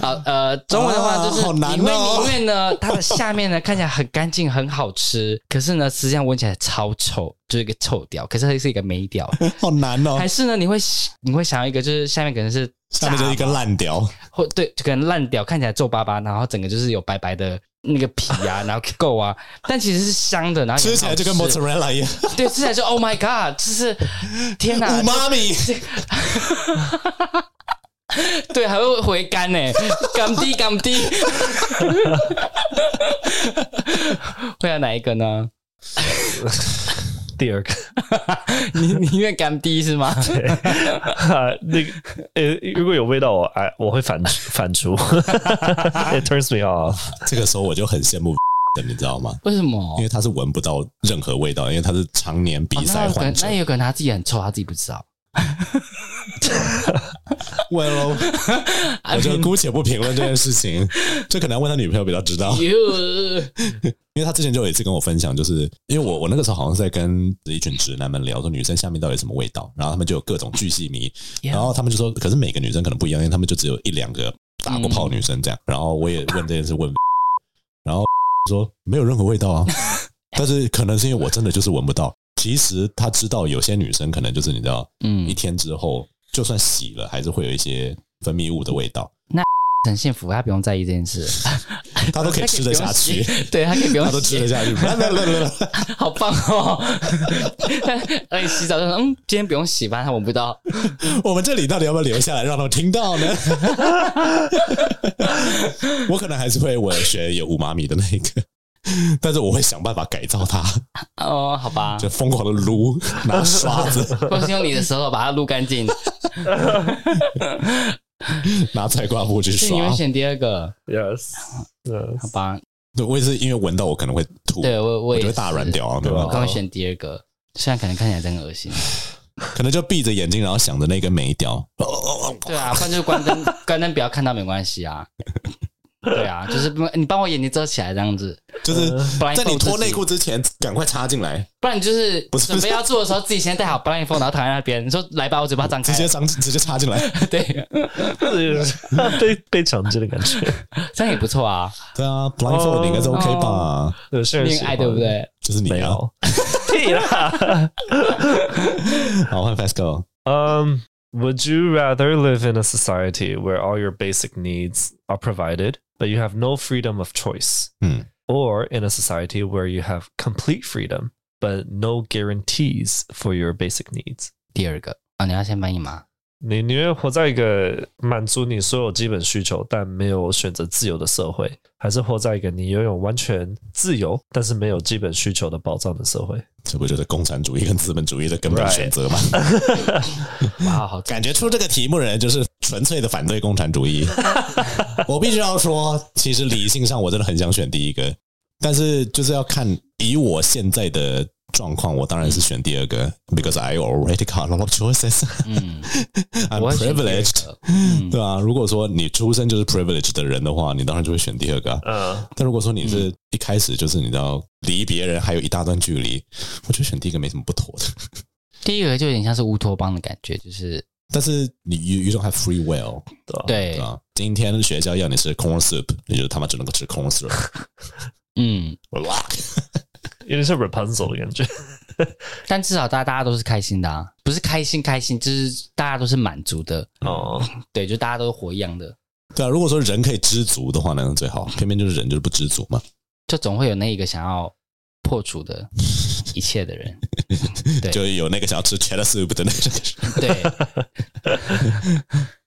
[SPEAKER 1] 好，呃，中文的话就是，
[SPEAKER 2] 啊好难
[SPEAKER 1] 你会
[SPEAKER 2] 哦
[SPEAKER 1] 宁愿呢， *laughs* 它的下面呢看起来很干净、很好吃，可是呢，实际上闻起来超臭，就是一个臭屌，可是它是一个美屌。
[SPEAKER 2] 好难哦
[SPEAKER 1] 还。是呢，你会你会想要一个，就是下面可能是
[SPEAKER 2] 下面就是一个烂屌，
[SPEAKER 1] 或对，就可能烂掉，看起来皱巴巴，然后整个就是有白白的那个皮
[SPEAKER 2] *laughs*
[SPEAKER 1] 啊，然后垢啊，但其实是香的，然后也
[SPEAKER 2] 吃
[SPEAKER 1] 很
[SPEAKER 2] 起来
[SPEAKER 1] 好
[SPEAKER 2] 就跟
[SPEAKER 1] 吃
[SPEAKER 2] mozzarella 一样，
[SPEAKER 1] 对，吃起来就 Oh my God，就是
[SPEAKER 2] *laughs*
[SPEAKER 1] 天哪
[SPEAKER 2] 五，妈咪。
[SPEAKER 1] 对，还会回甘呢，欸甘滴甘滴，会要哪一个呢？
[SPEAKER 3] 第二个， *laughs*
[SPEAKER 1] 你你宁愿甘滴是吗？
[SPEAKER 3] 啊那个呃，如果有味道，我哎我会反反刍 *laughs* ，It turns me off。
[SPEAKER 2] 这个时候我就很羡慕的，你知道吗？
[SPEAKER 1] 为什么
[SPEAKER 2] 因？为他是闻不到任何味道，因为他是常年鼻
[SPEAKER 1] 哦那
[SPEAKER 2] 塞
[SPEAKER 1] 有可能
[SPEAKER 2] 患者
[SPEAKER 1] 那。也有可能他自己很臭，他自己不知道。哎
[SPEAKER 2] Well，我
[SPEAKER 1] *laughs*
[SPEAKER 2] 就姑且不评论这件事情，这可能要问他女朋友比较知道。
[SPEAKER 1] 哟，
[SPEAKER 2] 因为他之前就有一次跟我分享，就是因为我我那个时候好像是在跟一群直男们聊说女生下面到底什么味道，然后他们就有各种巨细迷，
[SPEAKER 1] Yeah
[SPEAKER 2] 然后他们就说，可是每个女生可能不一样，因为他们就只有一两个打过炮的女生这样。
[SPEAKER 1] 嗯
[SPEAKER 2] 然后我也问这件事问， *laughs* 然后说没有任何味道
[SPEAKER 1] *laughs*
[SPEAKER 2] 啊，但是可能是因为我真的就是闻不到。其实他知道有些女生可能就是你知道，一
[SPEAKER 1] 嗯，
[SPEAKER 2] 天之后就算洗了，还是会有一些分泌物的味道，
[SPEAKER 1] 很幸福，他不用在意这件事，
[SPEAKER 2] 他
[SPEAKER 1] *laughs*
[SPEAKER 2] 都可以吃得下去，
[SPEAKER 1] 对他可以不用
[SPEAKER 2] 他都吃得
[SPEAKER 1] *laughs*
[SPEAKER 2] 下去。 *laughs* 来来来来来
[SPEAKER 1] 好棒哦！而且洗澡就说，嗯，今天不用洗吧，他闻不到。
[SPEAKER 2] *laughs* 我们这里到底要不要留下来让他们听到呢？ *laughs* 我可能还是会我学有五妈咪的那一个，但是我会想办法改造它，
[SPEAKER 1] 哦，好吧，
[SPEAKER 2] 就疯狂的撸，拿刷
[SPEAKER 1] *laughs*
[SPEAKER 2] 子，
[SPEAKER 1] 或是用你的舌头把它撸干
[SPEAKER 2] *laughs*
[SPEAKER 1] 净。
[SPEAKER 2] 拿菜瓜布去
[SPEAKER 1] 所以你会
[SPEAKER 2] 刷。
[SPEAKER 1] 选第二个，
[SPEAKER 3] Yes, yes. *laughs*
[SPEAKER 1] 好吧？
[SPEAKER 2] 对，我也是因为闻到我可能会吐，
[SPEAKER 1] 对我我
[SPEAKER 2] 我
[SPEAKER 1] 也
[SPEAKER 2] 就是会大软，屌啊，对
[SPEAKER 1] 我
[SPEAKER 2] 吧？
[SPEAKER 1] 刚会选第二个，虽然可能看起来真恶 *laughs* 心。
[SPEAKER 2] 可能就闭着眼睛，然后想着
[SPEAKER 1] *laughs*
[SPEAKER 2] 那根美屌。哦哦哦
[SPEAKER 1] 对啊，不然就是关灯，关灯不要看到没关系啊。对啊，就是你帮我眼睛遮起来这样子，
[SPEAKER 2] 就是
[SPEAKER 1] 呃
[SPEAKER 2] 在你脱内裤之前，赶快插进来，
[SPEAKER 1] 不然你就是
[SPEAKER 2] 是
[SPEAKER 1] 准备要做的时候自己先戴好 *laughs* blindfold，然后躺在那边，你说来吧，我嘴巴张开
[SPEAKER 2] 直，接插，直接插进来，
[SPEAKER 1] *laughs* 对，
[SPEAKER 3] 被被强奸的感觉。
[SPEAKER 1] 这样也不错啊，
[SPEAKER 2] 对啊，blindfold 你应该是
[SPEAKER 1] 哦
[SPEAKER 2] OK 吧？
[SPEAKER 3] 有些人
[SPEAKER 1] *laughs* 恋
[SPEAKER 3] 喜欢
[SPEAKER 1] 爱对不？对？
[SPEAKER 2] 就是你
[SPEAKER 3] 没
[SPEAKER 2] 啊，
[SPEAKER 3] 有，屁啦。
[SPEAKER 2] 好，换 Fasco，
[SPEAKER 3] Um, would you rather live in a society where all your basic needs are provided, but you have no freedom of choice?
[SPEAKER 2] Hmm.
[SPEAKER 3] Or in a society where you have complete freedom, but no guarantees for your basic needs?
[SPEAKER 1] 第二个啊，你要先翻译吗？
[SPEAKER 3] 你宁愿活在一个满足你所有基本需求但没有选择自由的社会，还是活在一个你拥有完全自由但是没有基本需求的保障的社会？
[SPEAKER 2] 这不就是共产主义跟资本主义的根本
[SPEAKER 3] Right
[SPEAKER 2] 选择吗？
[SPEAKER 1] 哇，好
[SPEAKER 2] 感觉出这个题目的人就是纯粹的反对共产主义。我必须要说，其实理性上我真的很想选第一个，但是就是要看以我现在的状况，我当然是选第二个，because I already got a lot of choices.
[SPEAKER 1] 嗯，
[SPEAKER 2] I'm
[SPEAKER 1] 我会选第二个
[SPEAKER 2] privileged，
[SPEAKER 1] 嗯，
[SPEAKER 2] 对吧、如果说你出生就是 privileged 的人的话，你当然就会选第二个啊、
[SPEAKER 3] 嗯，
[SPEAKER 2] 但如果说你是一开始就是你知道离别人还有一大段距离，我觉得选第一个没什么不妥的。
[SPEAKER 1] 第一个就有点像是乌托邦的感觉，就是
[SPEAKER 2] 但是你 you you don't have free will，
[SPEAKER 3] 对吧？
[SPEAKER 1] 嗯对啊
[SPEAKER 2] 对，吧？今天学校要你吃 corn soup，你就他妈只能够吃 corn soup。 *laughs*
[SPEAKER 1] 嗯，
[SPEAKER 2] 哇，
[SPEAKER 3] 有点像 Rapunzel 的感觉。
[SPEAKER 1] 但至少大家大家都是开心的啊，不是开心开心，就是大家都是满足的，
[SPEAKER 3] 哦，
[SPEAKER 1] 对，就大家都是活一样的，
[SPEAKER 2] 对啊，如果说人可以知足的话呢，那最好。偏偏就是人就是不知足嘛，
[SPEAKER 1] 就总会有那一个想要破除的一切的
[SPEAKER 3] *laughs*
[SPEAKER 1] 人，对
[SPEAKER 2] 就有那个想要吃 cheddar soup 的那个。 *laughs*
[SPEAKER 1] 对，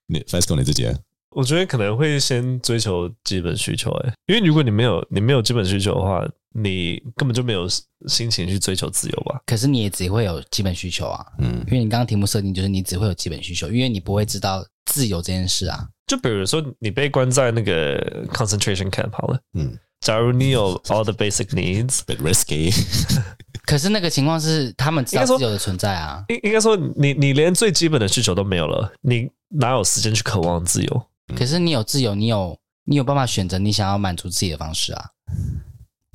[SPEAKER 2] 你 Fasco 你自己啊，
[SPEAKER 3] 我觉得可能会先追求基本需求、欸，因为如果你没有你没有基本需求的话，你根本就没有心情去追求自由吧？
[SPEAKER 1] 可是你也只会有基本需求啊，
[SPEAKER 2] 嗯
[SPEAKER 1] 因为你刚刚题目设定就是你只会有基本需求，因为你不会知道自由这件事啊。
[SPEAKER 3] 就比如说你被关在那个 concentration camp 好了，
[SPEAKER 2] 嗯
[SPEAKER 3] 假如你有 all the basic needs，
[SPEAKER 2] ，bit risky，
[SPEAKER 1] 可是那个情况是他们知道
[SPEAKER 3] 应该说
[SPEAKER 1] 自由的存在啊，
[SPEAKER 3] 应应该说你你连最基本的需求都没有了，你哪有时间去渴望自由？
[SPEAKER 1] 可是你有自由，你有你有办法选择你想要满足自己的方式啊，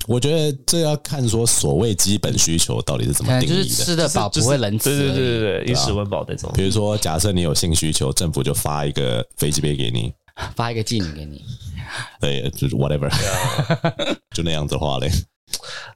[SPEAKER 2] 我觉得这要看说所谓基本需求到底是怎
[SPEAKER 1] 可
[SPEAKER 2] 么
[SPEAKER 1] 能
[SPEAKER 2] 定
[SPEAKER 1] 就是
[SPEAKER 2] 义的。
[SPEAKER 1] 吃得饱
[SPEAKER 3] 就
[SPEAKER 1] 不
[SPEAKER 3] 是
[SPEAKER 1] 会冷死而已。啊
[SPEAKER 3] 对对对对对，衣食温饱那种。
[SPEAKER 2] 比如说，假设你有性需求，政府就发一个飞机杯给你，
[SPEAKER 1] 发一个妓女给
[SPEAKER 3] *laughs*
[SPEAKER 1] 你，
[SPEAKER 2] 对，就是 whatever，就
[SPEAKER 1] 啊
[SPEAKER 2] *laughs* 那样子的话嘞，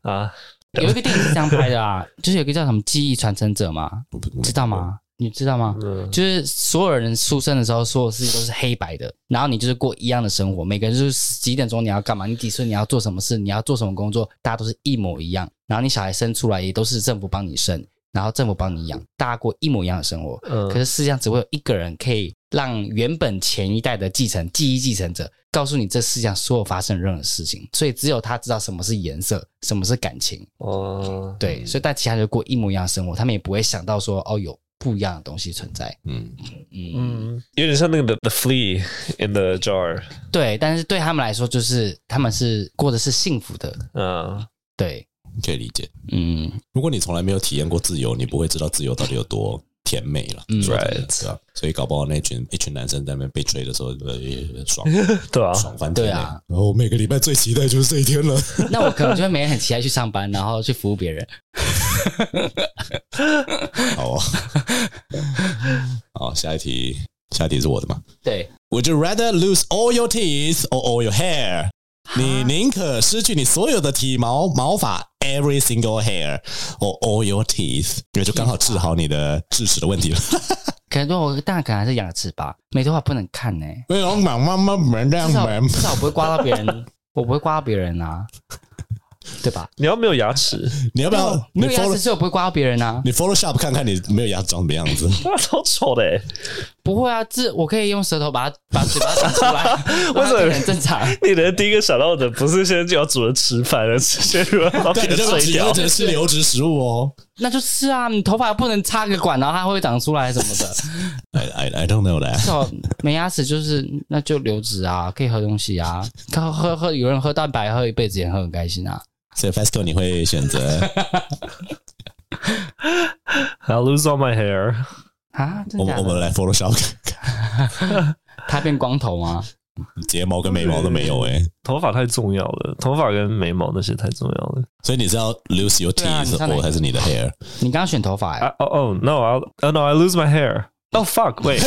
[SPEAKER 3] 啊，
[SPEAKER 1] 有一个电影是这样拍的啊，就是有一个叫什么《记忆传承者》嘛，
[SPEAKER 2] 我不
[SPEAKER 1] 知道？吗？你知道吗？
[SPEAKER 3] 嗯，
[SPEAKER 1] 就是所有人出生的时候，所有事情都是黑白的，然后你就是过一样的生活，每个人就是几点钟你要干嘛，你几岁你要做什么事，你要做什么工作，大家都是一模一样。然后你小孩生出来也都是政府帮你生，然后政府帮你养，大家过一模一样的生活。
[SPEAKER 3] 嗯
[SPEAKER 1] 可是世界上只会有一个人可以让原本前一代的继承记忆继承者告诉你这世界上所有发生的任何事情，所以只有他知道什么是颜色，什么是感情。
[SPEAKER 3] 哦，
[SPEAKER 1] 对，所以但其他人就过一模一样的生活，他们也不会想到说哦有不一样的东西存在。
[SPEAKER 2] 嗯，
[SPEAKER 1] 嗯。
[SPEAKER 3] 嗯，有点像那个 the the flea in the jar，
[SPEAKER 1] 对，但是对他们来说，就是他们是过的是幸福的。
[SPEAKER 3] 嗯， *laughs*
[SPEAKER 1] 对，
[SPEAKER 2] 可以理解。
[SPEAKER 1] 嗯，
[SPEAKER 2] 如果你从来没有体验过自由，你不会知道自由到底有多甜美了。
[SPEAKER 1] 嗯
[SPEAKER 2] 说真的
[SPEAKER 3] Right
[SPEAKER 2] 对啊，所以搞不好那群一群男生在那边被吹的时候，呃，也爽
[SPEAKER 3] 对啊，
[SPEAKER 2] 爽翻
[SPEAKER 1] 嗯
[SPEAKER 2] 天、
[SPEAKER 1] 对啊，
[SPEAKER 2] 然后哦我每个礼拜最期待就是这一天了。
[SPEAKER 1] 那我可能就会每天很期待去上班，然后去服务别人。
[SPEAKER 2] *laughs* 好、哦，好，下一题，下一题是我的嘛
[SPEAKER 1] 对，
[SPEAKER 2] ？Would you rather lose all your teeth or all your hair？你
[SPEAKER 1] 啊
[SPEAKER 2] 宁可失去你所有的体毛毛发，every single hair or all your teeth，因为就刚好治好你的智齿的问题
[SPEAKER 1] *laughs*
[SPEAKER 2] 了。
[SPEAKER 1] 可能说我当然可能还是养翅吧，没头发不能看呢、
[SPEAKER 2] 为什么妈妈妈们这样
[SPEAKER 1] 至少
[SPEAKER 3] 嗯
[SPEAKER 2] 玩
[SPEAKER 1] 至少我不会刮到别人，我不会刮到别人啊，对吧？
[SPEAKER 3] 你要没有
[SPEAKER 2] *laughs*
[SPEAKER 3] 牙齿，
[SPEAKER 2] 你要不要？你
[SPEAKER 1] 哦没有牙
[SPEAKER 2] follow
[SPEAKER 1] 齿，所以我不会刮到别人啊。
[SPEAKER 2] 你 Photoshop 看看你没有牙齿长什么样 *laughs* 子？
[SPEAKER 3] 哇，超丑的欸，
[SPEAKER 1] 不会啊，这我可以用舌头把它把嘴巴长出来，
[SPEAKER 3] *laughs* 为什么
[SPEAKER 1] 让它很正常？
[SPEAKER 3] 你的第一个想到的不是现在就要煮人吃饭，而是先如何把别
[SPEAKER 2] *laughs* 对，你
[SPEAKER 3] 人
[SPEAKER 2] 这个
[SPEAKER 3] 睡
[SPEAKER 2] 只
[SPEAKER 3] 掉
[SPEAKER 2] 要。只是流质食物哦。
[SPEAKER 1] 那就是啊，你头发不能插个管，然后它会长出来什么的。
[SPEAKER 2] *laughs* I I I don't know that。
[SPEAKER 1] 至少没牙齿就是那就留子啊，可以喝东西啊，喝喝喝，有人喝蛋白喝一辈子也很开心啊。
[SPEAKER 2] 所以 Fasco 你会
[SPEAKER 1] *laughs*
[SPEAKER 2] 选择
[SPEAKER 3] I lose all my hair，
[SPEAKER 1] 啊，真
[SPEAKER 2] 我
[SPEAKER 1] 的
[SPEAKER 2] 们
[SPEAKER 1] 假
[SPEAKER 2] 我
[SPEAKER 1] 的？
[SPEAKER 2] 们来 Photoshop 看看
[SPEAKER 1] 他变光头吗？
[SPEAKER 2] *laughs* 睫毛跟眉毛都没有哎、
[SPEAKER 1] 啊
[SPEAKER 3] 头发太重要了，头发跟眉毛那些太重要了。
[SPEAKER 2] 所以你是要 lose your
[SPEAKER 1] 对啊
[SPEAKER 2] teeth
[SPEAKER 1] 你上哪一
[SPEAKER 2] or
[SPEAKER 1] 个
[SPEAKER 2] 还是你的 hair？
[SPEAKER 1] 你刚刚选头发、欸，
[SPEAKER 3] 啊哦哦，no，I oh, no I lose my hair。Oh fuck!
[SPEAKER 2] *laughs*
[SPEAKER 3] Wait,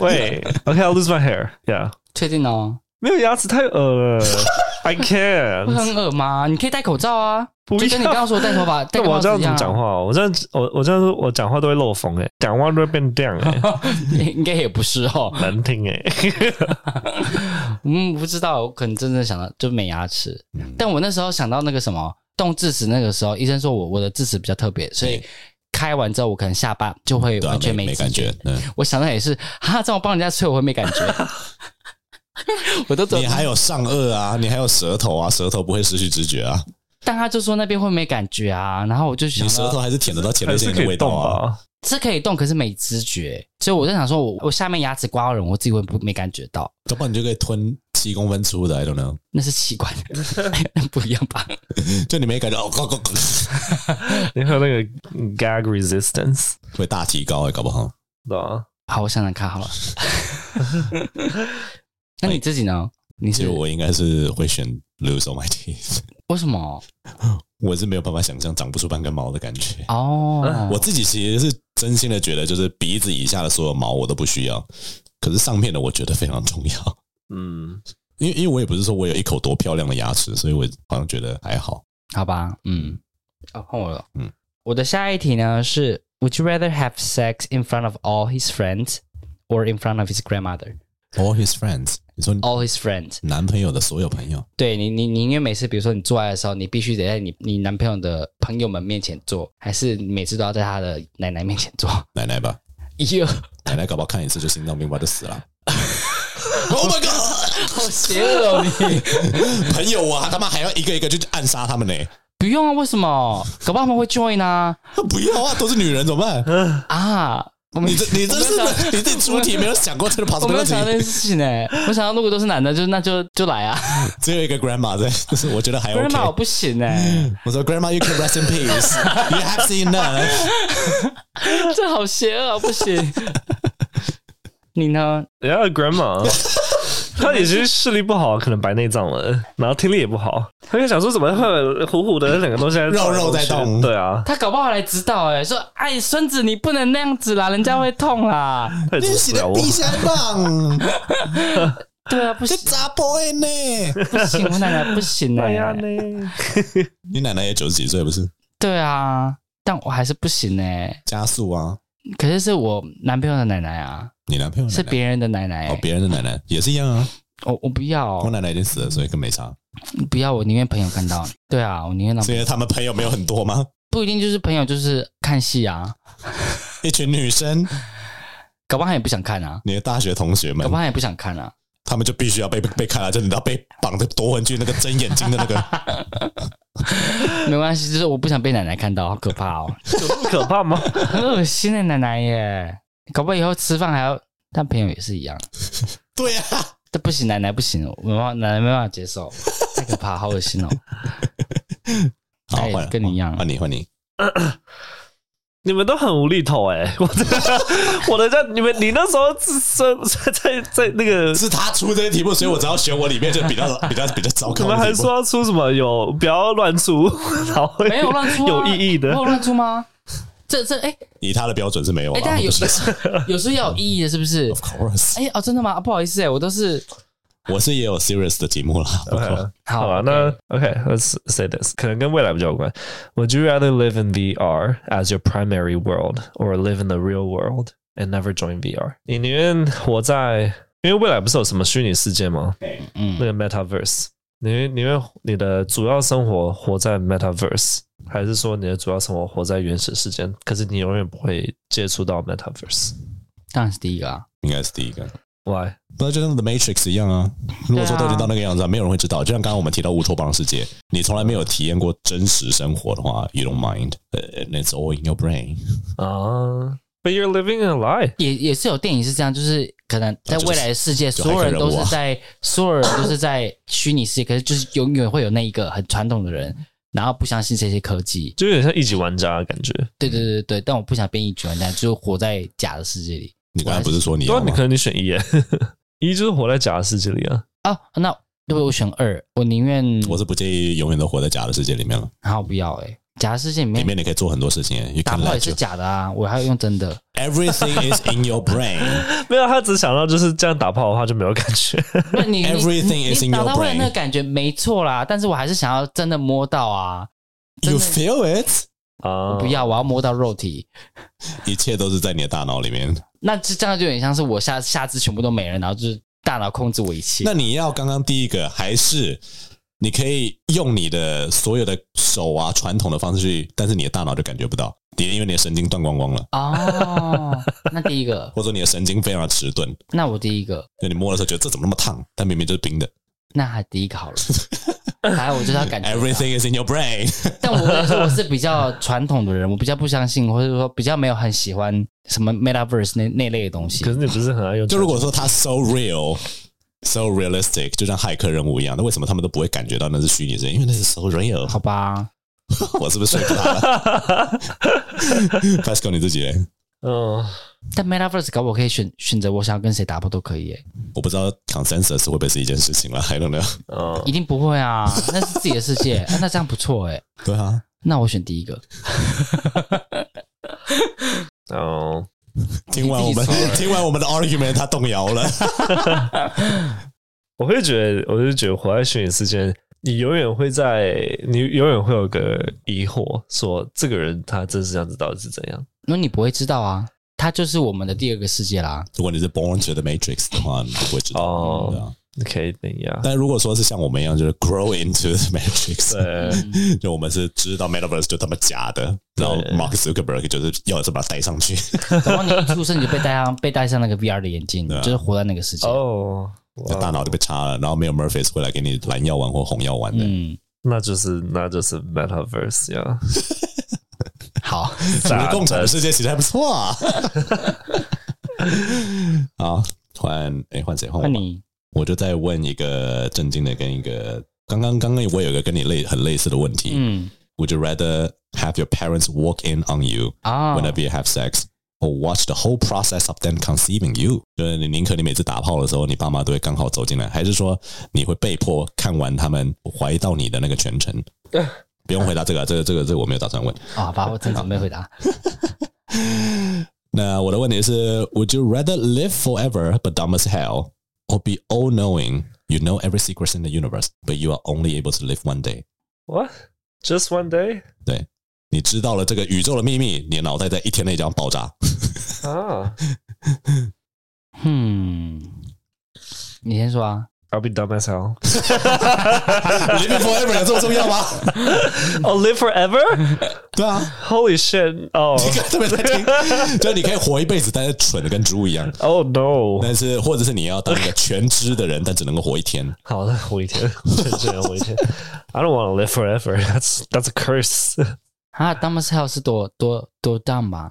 [SPEAKER 3] wait. Okay, I'll lose my hair. Yeah，
[SPEAKER 1] 确定哦？
[SPEAKER 3] 没有牙齿太恶了。I
[SPEAKER 1] 会
[SPEAKER 2] *laughs*
[SPEAKER 3] can't。
[SPEAKER 1] 很恶吗？你可以戴口罩啊，
[SPEAKER 3] 不
[SPEAKER 1] 就跟你刚
[SPEAKER 3] 要。
[SPEAKER 1] 刚说戴头发，戴
[SPEAKER 3] *laughs* 那
[SPEAKER 1] 口
[SPEAKER 3] 我这
[SPEAKER 1] 罩
[SPEAKER 3] 样
[SPEAKER 1] 是一
[SPEAKER 3] 怎
[SPEAKER 1] 样
[SPEAKER 3] 么
[SPEAKER 1] 啊
[SPEAKER 3] 讲话、啊？我这样子，我我这样子，我讲话都会漏风哎、讲话都会变亮
[SPEAKER 2] *laughs*
[SPEAKER 3] 哎、
[SPEAKER 1] *laughs* 应该也不是哦。
[SPEAKER 3] 难听哎、
[SPEAKER 1] 嗯，不知道，我可能真正想到就美牙齿，但我那时候想到那个什么动智齿，那个时候医生说我我的智齿比较特别，所以
[SPEAKER 2] 对
[SPEAKER 1] 开完之后我可能下巴就会
[SPEAKER 2] 对啊
[SPEAKER 1] 完，全
[SPEAKER 2] 没没
[SPEAKER 1] 知
[SPEAKER 2] 感觉。嗯，
[SPEAKER 1] 我想到也是，哈，这样我帮人家吹我会没感
[SPEAKER 2] *laughs*
[SPEAKER 1] 觉，我都走
[SPEAKER 2] 你。还有上颚啊，你还有舌头啊，舌头不会失去知觉啊，
[SPEAKER 1] 但他就说那边会没感觉啊，然后我就想
[SPEAKER 2] 你舌
[SPEAKER 1] 到
[SPEAKER 2] 头还是舔得到前列
[SPEAKER 3] *laughs* 还
[SPEAKER 2] 腺
[SPEAKER 3] 是可
[SPEAKER 2] 的
[SPEAKER 3] 以
[SPEAKER 2] 味道
[SPEAKER 3] 动
[SPEAKER 2] 啊。
[SPEAKER 3] 吧？
[SPEAKER 1] 是可以动，可是没知觉，所以我就想说我我下面牙齿刮到人，我自己会不没感觉到。
[SPEAKER 2] 要不然你就可以吞七公分粗的，I don't know，
[SPEAKER 1] 那是器
[SPEAKER 2] *laughs*
[SPEAKER 1] 官，不一样吧？
[SPEAKER 2] 就你没感觉哦，咯咯咯
[SPEAKER 3] 你会有那个嗯 gag resistance，
[SPEAKER 2] *laughs* 会大提高哎、搞不好。
[SPEAKER 3] 对啊吧？
[SPEAKER 1] 好，我想想看好
[SPEAKER 2] *laughs*
[SPEAKER 1] 了。那你自己呢？你
[SPEAKER 2] 其
[SPEAKER 1] 是
[SPEAKER 2] 实我应该是会选 lose all my teeth，
[SPEAKER 1] 为什么？
[SPEAKER 2] 我是没有办法想象长不出半根毛的感觉。
[SPEAKER 1] 哦，
[SPEAKER 2] 我自己其实是真心的觉得，就是鼻子以下的所有毛我都不需要，可是上面的我觉得非常重要。
[SPEAKER 3] 嗯，
[SPEAKER 2] 因为因为我也不是说我有一口多漂亮的牙齿，所以我好像觉得还好。
[SPEAKER 1] 好吧，嗯，哦，换我了。嗯
[SPEAKER 2] 嗯，
[SPEAKER 1] 我的下一题呢是：Would you rather have sex in front of all his friends or in front of his grandmother?
[SPEAKER 2] All his friends，你说
[SPEAKER 1] All his friends，
[SPEAKER 2] 男朋友的所有朋友，
[SPEAKER 1] 对你，你，你因为每次，比如说你做爱的时候，你必须得在你你男朋友的朋友们面前做，还是你每次都要在他的奶奶面前 *laughs* 哎做？
[SPEAKER 2] 奶奶吧，
[SPEAKER 1] 哟，
[SPEAKER 2] 奶奶搞不好看一次就心脏病发就死了。Oh my god！
[SPEAKER 1] 好邪恶哦你！
[SPEAKER 2] *laughs* 朋友啊，他妈还要一个一个去暗杀他们呢？
[SPEAKER 1] 不用啊，为什么？搞不好他们会 join 啊
[SPEAKER 2] 不要啊，都是女人怎么办？
[SPEAKER 1] 啊！我们
[SPEAKER 2] 你这你这
[SPEAKER 1] 我没有
[SPEAKER 2] 是你自己出题没有想过这个 p o
[SPEAKER 1] *laughs* 我
[SPEAKER 2] s
[SPEAKER 1] 没
[SPEAKER 2] s
[SPEAKER 1] 有想
[SPEAKER 2] i
[SPEAKER 1] 到这
[SPEAKER 2] b
[SPEAKER 1] 件事情呢、我想到如果都是男的，就那就就来啊。
[SPEAKER 2] 只有一个 grandma 在， *laughs* 就是我觉得还
[SPEAKER 1] g r a n d m a 我
[SPEAKER 2] OK。
[SPEAKER 1] 不行哎、
[SPEAKER 2] 我说 grandma，you can rest
[SPEAKER 1] *laughs*
[SPEAKER 2] in peace，you have seen enough。
[SPEAKER 1] 这好邪恶啊，不行。 *laughs* 你呢？
[SPEAKER 3] 然后
[SPEAKER 2] *laughs*
[SPEAKER 3] 哎 grandma，他也是视力不好，可能白内障了，然后听力也不好，他就想说怎么会有糊糊的那两个东西在
[SPEAKER 2] 肉肉在动
[SPEAKER 3] 对啊，
[SPEAKER 1] 他搞不好来指导哎、说哎孙子你不能那样子啦，人家会痛啦。
[SPEAKER 3] 他也阻止不啊了我。
[SPEAKER 2] 箱棒，
[SPEAKER 1] 对啊，不行
[SPEAKER 2] 砸破呢。
[SPEAKER 1] *laughs* 不行，我奶奶不行哎、
[SPEAKER 3] 哎呀呢，
[SPEAKER 2] 你奶奶也九十几岁不是？
[SPEAKER 1] 对啊，但我还是不行哎、
[SPEAKER 2] 加速啊！
[SPEAKER 1] 可是是我男朋友的奶奶啊，
[SPEAKER 2] 你男朋友奶奶
[SPEAKER 1] 是别人的奶奶、
[SPEAKER 2] 哦，别人的奶奶也是一样啊。
[SPEAKER 1] 我我不要，
[SPEAKER 2] 我奶奶已经死了，所以更没差。
[SPEAKER 1] 哦不要，我宁愿朋友看到。对啊，我宁愿让
[SPEAKER 2] 所以他们朋友没有很多吗？
[SPEAKER 1] 不一定就是朋友，就是看戏啊，
[SPEAKER 2] 一群女生，
[SPEAKER 1] 搞不好他也不想看啊，
[SPEAKER 2] 你的大学同学们
[SPEAKER 1] 搞不，好他也不想看啊。
[SPEAKER 2] 他们就必须要被被看了，就你知道被绑着夺魂锯那个睁眼睛的那个。
[SPEAKER 1] *laughs* 没关系，就是我不想被奶奶看到，好可怕哦，
[SPEAKER 3] 有那么可怕吗？
[SPEAKER 1] 很恶心的奶奶耶。搞不好以后吃饭还要，但朋友也是一样，
[SPEAKER 2] 对啊，
[SPEAKER 1] 这不行，奶奶不行，哦我没办法，奶奶没办法接受，太可怕，好恶心哦。
[SPEAKER 2] 好
[SPEAKER 1] 哎
[SPEAKER 2] 换了
[SPEAKER 1] 跟你一样
[SPEAKER 2] 换你换你。
[SPEAKER 3] 你们都很无厘头哎、我的我的在你们你那时候在在在在那个
[SPEAKER 2] 是他出这些题目，所以我只要选我里面就比较比较比较糟糕
[SPEAKER 3] 你
[SPEAKER 2] 的题目。
[SPEAKER 3] 们还说要出什么有不要乱出，然后
[SPEAKER 1] 没有乱出、啊，
[SPEAKER 3] 有意义的
[SPEAKER 1] 没有乱出吗？这这哎
[SPEAKER 2] 以他的标准是没有
[SPEAKER 1] 哎，
[SPEAKER 2] 啊？
[SPEAKER 1] 大家有
[SPEAKER 2] 不是
[SPEAKER 1] 有时候要有意义的，是不是
[SPEAKER 2] Of？course，
[SPEAKER 1] 哎、哦，真的吗？啊不好意思哎、我都是
[SPEAKER 2] *laughs* 我是也有 serious 的题目啦。不过
[SPEAKER 3] OK，
[SPEAKER 1] 好
[SPEAKER 3] 好了，啊那 OK，let's、say this，可能跟未来比较有关。Would you rather live in VR as your primary world or live in the real world and never join VR？你宁愿活在，因为未来不是有什么虚拟世界吗？
[SPEAKER 1] 嗯
[SPEAKER 3] 那个 Metaverse，你宁你愿你的主要生活活在 Metaverse，还是说你的主要生活活在原始世界？可是你永远不会接触到 Metaverse？Why？
[SPEAKER 1] 当然是第一个啊。
[SPEAKER 2] 应该是第一个。那就跟 The Matrix 一样啊！如果说都已经到那个样子、啊，没有人会知道。就像刚刚我们提到乌托邦世界，你从来没有体验过真实生活的话，You don't mind, and it's all in your brain。
[SPEAKER 3] 啊、b u t you're living in a lie。
[SPEAKER 1] 也也是有电影是这样，就是可能在未来的世界，
[SPEAKER 2] 啊就是
[SPEAKER 1] 所有人都
[SPEAKER 2] 就骇客任务
[SPEAKER 1] 是
[SPEAKER 2] 啊 *laughs*
[SPEAKER 1] 在所有人都是在虚拟世界，可是就是永远会有那一个很传统的人，然后不相信这些科技。
[SPEAKER 3] 就有点像一级玩家的感觉，
[SPEAKER 1] 对对对对对，但我不想变一局玩家，就活在假的世界里。
[SPEAKER 2] 你刚才不是说你
[SPEAKER 3] 对啊
[SPEAKER 2] 要，
[SPEAKER 3] 你
[SPEAKER 2] 吗
[SPEAKER 3] 可？能你选一耶， *laughs* 一就是活在假的世界里啊。 *laughs*
[SPEAKER 1] 啊，那如果我选二，我宁愿
[SPEAKER 2] 我是不介意永远都活在假的世界里面了，
[SPEAKER 1] 好不要哎、欸，假的世界里
[SPEAKER 2] 里
[SPEAKER 1] 面
[SPEAKER 2] 面你可以做很多事情。You
[SPEAKER 1] 打
[SPEAKER 2] can
[SPEAKER 1] 炮
[SPEAKER 2] let
[SPEAKER 1] 也是
[SPEAKER 2] you
[SPEAKER 1] 假的啊，我还要用真
[SPEAKER 2] *laughs*
[SPEAKER 1] 的。
[SPEAKER 2] everything is in your
[SPEAKER 3] *laughs*
[SPEAKER 2] brain，
[SPEAKER 3] 没有，他只想到就是这样打炮的话就没有感觉。 *laughs*
[SPEAKER 1] 那你你
[SPEAKER 2] Everything
[SPEAKER 1] 你
[SPEAKER 2] is in
[SPEAKER 1] 你打
[SPEAKER 2] your
[SPEAKER 1] 到会有
[SPEAKER 2] brain
[SPEAKER 1] 那个感觉没错啦，但是我还是想要真的摸到啊，
[SPEAKER 2] you feel it，
[SPEAKER 3] 啊，
[SPEAKER 1] 不，要，我要摸到肉体。
[SPEAKER 2] 一切都是在你的大脑里面。
[SPEAKER 1] 那这这样就有点像是我下下肢全部都没了，然后就是大脑控制我一切。
[SPEAKER 2] 那你要刚刚第一个，还是你可以用你的所有的手啊传统的方式去，但是你的大脑就感觉不到，你因为你的神经断光光了，
[SPEAKER 1] 哦，那第一个，
[SPEAKER 2] 或者说你的神经非常的迟钝，
[SPEAKER 1] 那我第一个，
[SPEAKER 2] 就你摸的时候觉得这怎么那么烫，但明明就是冰的。
[SPEAKER 1] 那还第一个好了。还有我就是要感觉到
[SPEAKER 2] Everything is in your brain 。 *laughs*
[SPEAKER 1] 但我跟你说，我是比较传统的人，我比较不相信，或者说比较没有很喜欢什么 metaverse 那那类的东西
[SPEAKER 3] 可。是你不是很爱用？
[SPEAKER 2] 就如果说它 so real。So realistic，就像骇客任务一样，那为什么他们都不会感觉到那是虚拟世界？因为那是 so real。 *laughs*
[SPEAKER 1] 好吧，
[SPEAKER 2] 我是不是说服他了 *laughs* ？Pascal 你自己嘞，
[SPEAKER 3] 嗯，
[SPEAKER 1] 但 metaverse 搞我可以选选择我想要跟谁打炮都可以、欸，
[SPEAKER 2] 我不知道 consensus 会不会是一件事情了，I don't know。
[SPEAKER 3] 嗯
[SPEAKER 1] 一定不会啊，那是自己的世界，啊那这样不错哎、
[SPEAKER 2] 对啊，
[SPEAKER 1] 那我选第一个，
[SPEAKER 3] 哦，
[SPEAKER 2] 听完我们
[SPEAKER 1] 你自己说
[SPEAKER 2] 听完我们的 argument，他动摇了。
[SPEAKER 3] 我会觉得，我就觉得活在虚拟世界，你永远会在，你永远会有个疑惑，说这个人他真实样子到底是怎样？
[SPEAKER 1] 因为你不会知道啊，它就是我们的第二个世界啦。
[SPEAKER 2] 如果你是 born to the matrix 的话，你就不会知道。
[SPEAKER 3] 哦
[SPEAKER 2] 对啊。
[SPEAKER 3] 你可以等
[SPEAKER 2] *laughs*
[SPEAKER 3] 一下，
[SPEAKER 2] 但如果说是像我们一样，就是 grow into the matrix，
[SPEAKER 3] 对，
[SPEAKER 2] 就我们是知道 metaverse 就他妈假的，然后 Mark Zuckerberg 就是要是把它带上去。
[SPEAKER 1] 然后你一出生你就被戴上被戴上那个 VR 的眼镜，
[SPEAKER 2] 对啊
[SPEAKER 1] 就是活在那个世界。
[SPEAKER 3] 哦，
[SPEAKER 2] 就大脑就被插了，然后没有 Murphy's 会来给你蓝药丸或红药丸的。
[SPEAKER 1] 嗯，
[SPEAKER 3] 那就是那就是 metaverse 呀，
[SPEAKER 1] 好，
[SPEAKER 2] 我觉得共产的世界其实还不
[SPEAKER 1] *laughs*
[SPEAKER 2] 错啊。好，换哎换谁换我
[SPEAKER 1] 那
[SPEAKER 2] 吧？
[SPEAKER 1] 你
[SPEAKER 2] 我就再问一个震惊的，跟一个刚刚刚刚我有一个跟你类很类似的问题。
[SPEAKER 1] 嗯
[SPEAKER 2] Would you rather have your parents walk in on you
[SPEAKER 1] 啊，
[SPEAKER 2] whenever you have sex? Or watch the whole process of them conceiving you，就是你宁可你每次打炮的时候，你爸妈都会刚好走进来，还是说你会被迫看完他们怀到你的那个全程？不用回答这个啊，这个这个这个我没有打算问。
[SPEAKER 1] 啊好吧，我正准备回答。
[SPEAKER 2] 那我的问题是：Would you rather live forever but dumb as hell, or be all knowing? You know every secret in the universe, but you are only able to live one day.
[SPEAKER 3] ，what just one day
[SPEAKER 2] 对你知道了这个宇宙的秘密，你的脑袋在一天内将爆炸。
[SPEAKER 3] 啊
[SPEAKER 1] 嗯，你先说啊。
[SPEAKER 3] ，I'll be dumb as hell。
[SPEAKER 2] *laughs* Live forever 啊有这么重要吗？
[SPEAKER 3] Oh, live forever?
[SPEAKER 2] *laughs* 对 *laughs* 啊，
[SPEAKER 3] Holy shit! Oh,
[SPEAKER 2] 你看特别在听，就是你可以活一辈子，但是蠢的跟猪一样。
[SPEAKER 3] oh no!
[SPEAKER 2] *laughs* 但是，或者是你要当一个全知的人，但只能够活一 *laughs* 天。
[SPEAKER 3] 好的，我一天，真的我一天。I don't want to live forever. That's that's a curse.
[SPEAKER 1] 啊，dumb as hell 是多多多 dumb 吧？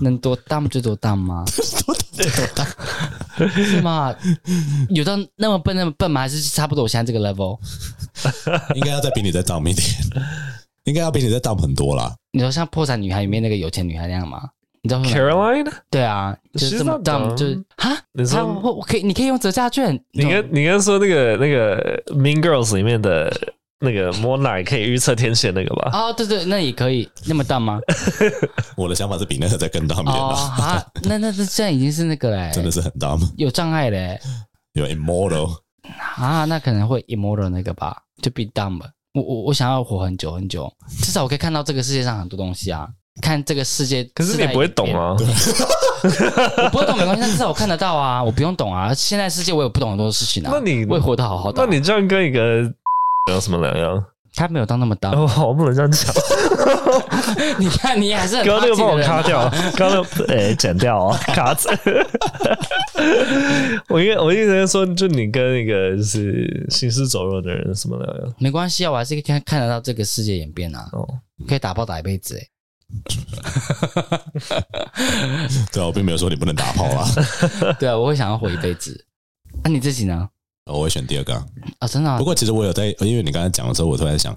[SPEAKER 1] 能多 dumb 就多 dumb
[SPEAKER 2] *laughs*
[SPEAKER 1] 吗？是吗？有到那么笨那么笨吗？还是差不多我现在这个 level？
[SPEAKER 2] 应该要再比你再 dumb 一点，应该要比你再 dumb 很多啦。
[SPEAKER 1] 你说像破产女孩里面那个有钱女孩那样吗？你知道吗
[SPEAKER 3] Caroline，
[SPEAKER 1] 对啊，就是这么
[SPEAKER 3] She's not
[SPEAKER 1] dumb，
[SPEAKER 3] dumb
[SPEAKER 1] 就是啊，
[SPEAKER 3] 你说
[SPEAKER 1] 他我我可以，你可以用折价券，
[SPEAKER 3] 你跟你跟说那个那个 Mean Girls 里面的那个摸奶可以预测天气的那个吧？
[SPEAKER 1] *laughs* 哦，对对，那也可以，那么 dumb
[SPEAKER 3] *laughs*
[SPEAKER 1] 吗？
[SPEAKER 2] 我的想法是比那个再更 dumb 一点
[SPEAKER 1] 哦，
[SPEAKER 2] 啦，
[SPEAKER 1] 啊，那那这现在已经是那个嘞，
[SPEAKER 2] 真的是很 dumb，
[SPEAKER 1] 有障碍嘞。
[SPEAKER 2] 有 immortal。
[SPEAKER 1] 啊，那可能会 immoral 那个吧，就 be dumb 吧。我我我想要活很久很久，至少我可以看到这个世界上很多东西啊，看这个世界。
[SPEAKER 3] 可是你不会懂？啊，
[SPEAKER 1] 我不会懂没关系，但至少我看得到啊， *laughs* 我不用懂啊。现在世界我也不懂很多事情啊。
[SPEAKER 3] 那你
[SPEAKER 1] 我也活得好好的啊、
[SPEAKER 3] 那你这样跟一个 *laughs* 有什么两样？
[SPEAKER 1] 他没有到那么 dumb，、
[SPEAKER 3] 哦，我不能这样讲，
[SPEAKER 1] *laughs* 你看你还
[SPEAKER 3] *laughs*
[SPEAKER 1] 是很
[SPEAKER 3] 刚刚那个
[SPEAKER 1] 垃圾的
[SPEAKER 3] 帮我
[SPEAKER 1] 人啊
[SPEAKER 3] 卡掉，刚刚那个诶剪掉 *laughs* 哦，卡子。我应该我一直在说，就你跟那个就是行尸走肉的人什么两样？
[SPEAKER 1] 没关系啊，我还是可以看看得到这个世界演变啊，
[SPEAKER 3] 哦，
[SPEAKER 1] 可以打包打一辈子、欸。
[SPEAKER 2] 对啊，我并没有说你不能打炮 *laughs* 啊，
[SPEAKER 1] *laughs* 对啊，我会想要活一辈子。那、你自己呢？
[SPEAKER 2] 我会选第二个啊。
[SPEAKER 1] 啊、真的、啊
[SPEAKER 2] 不，过其实我有在，因为你刚才讲的时候，我突然想，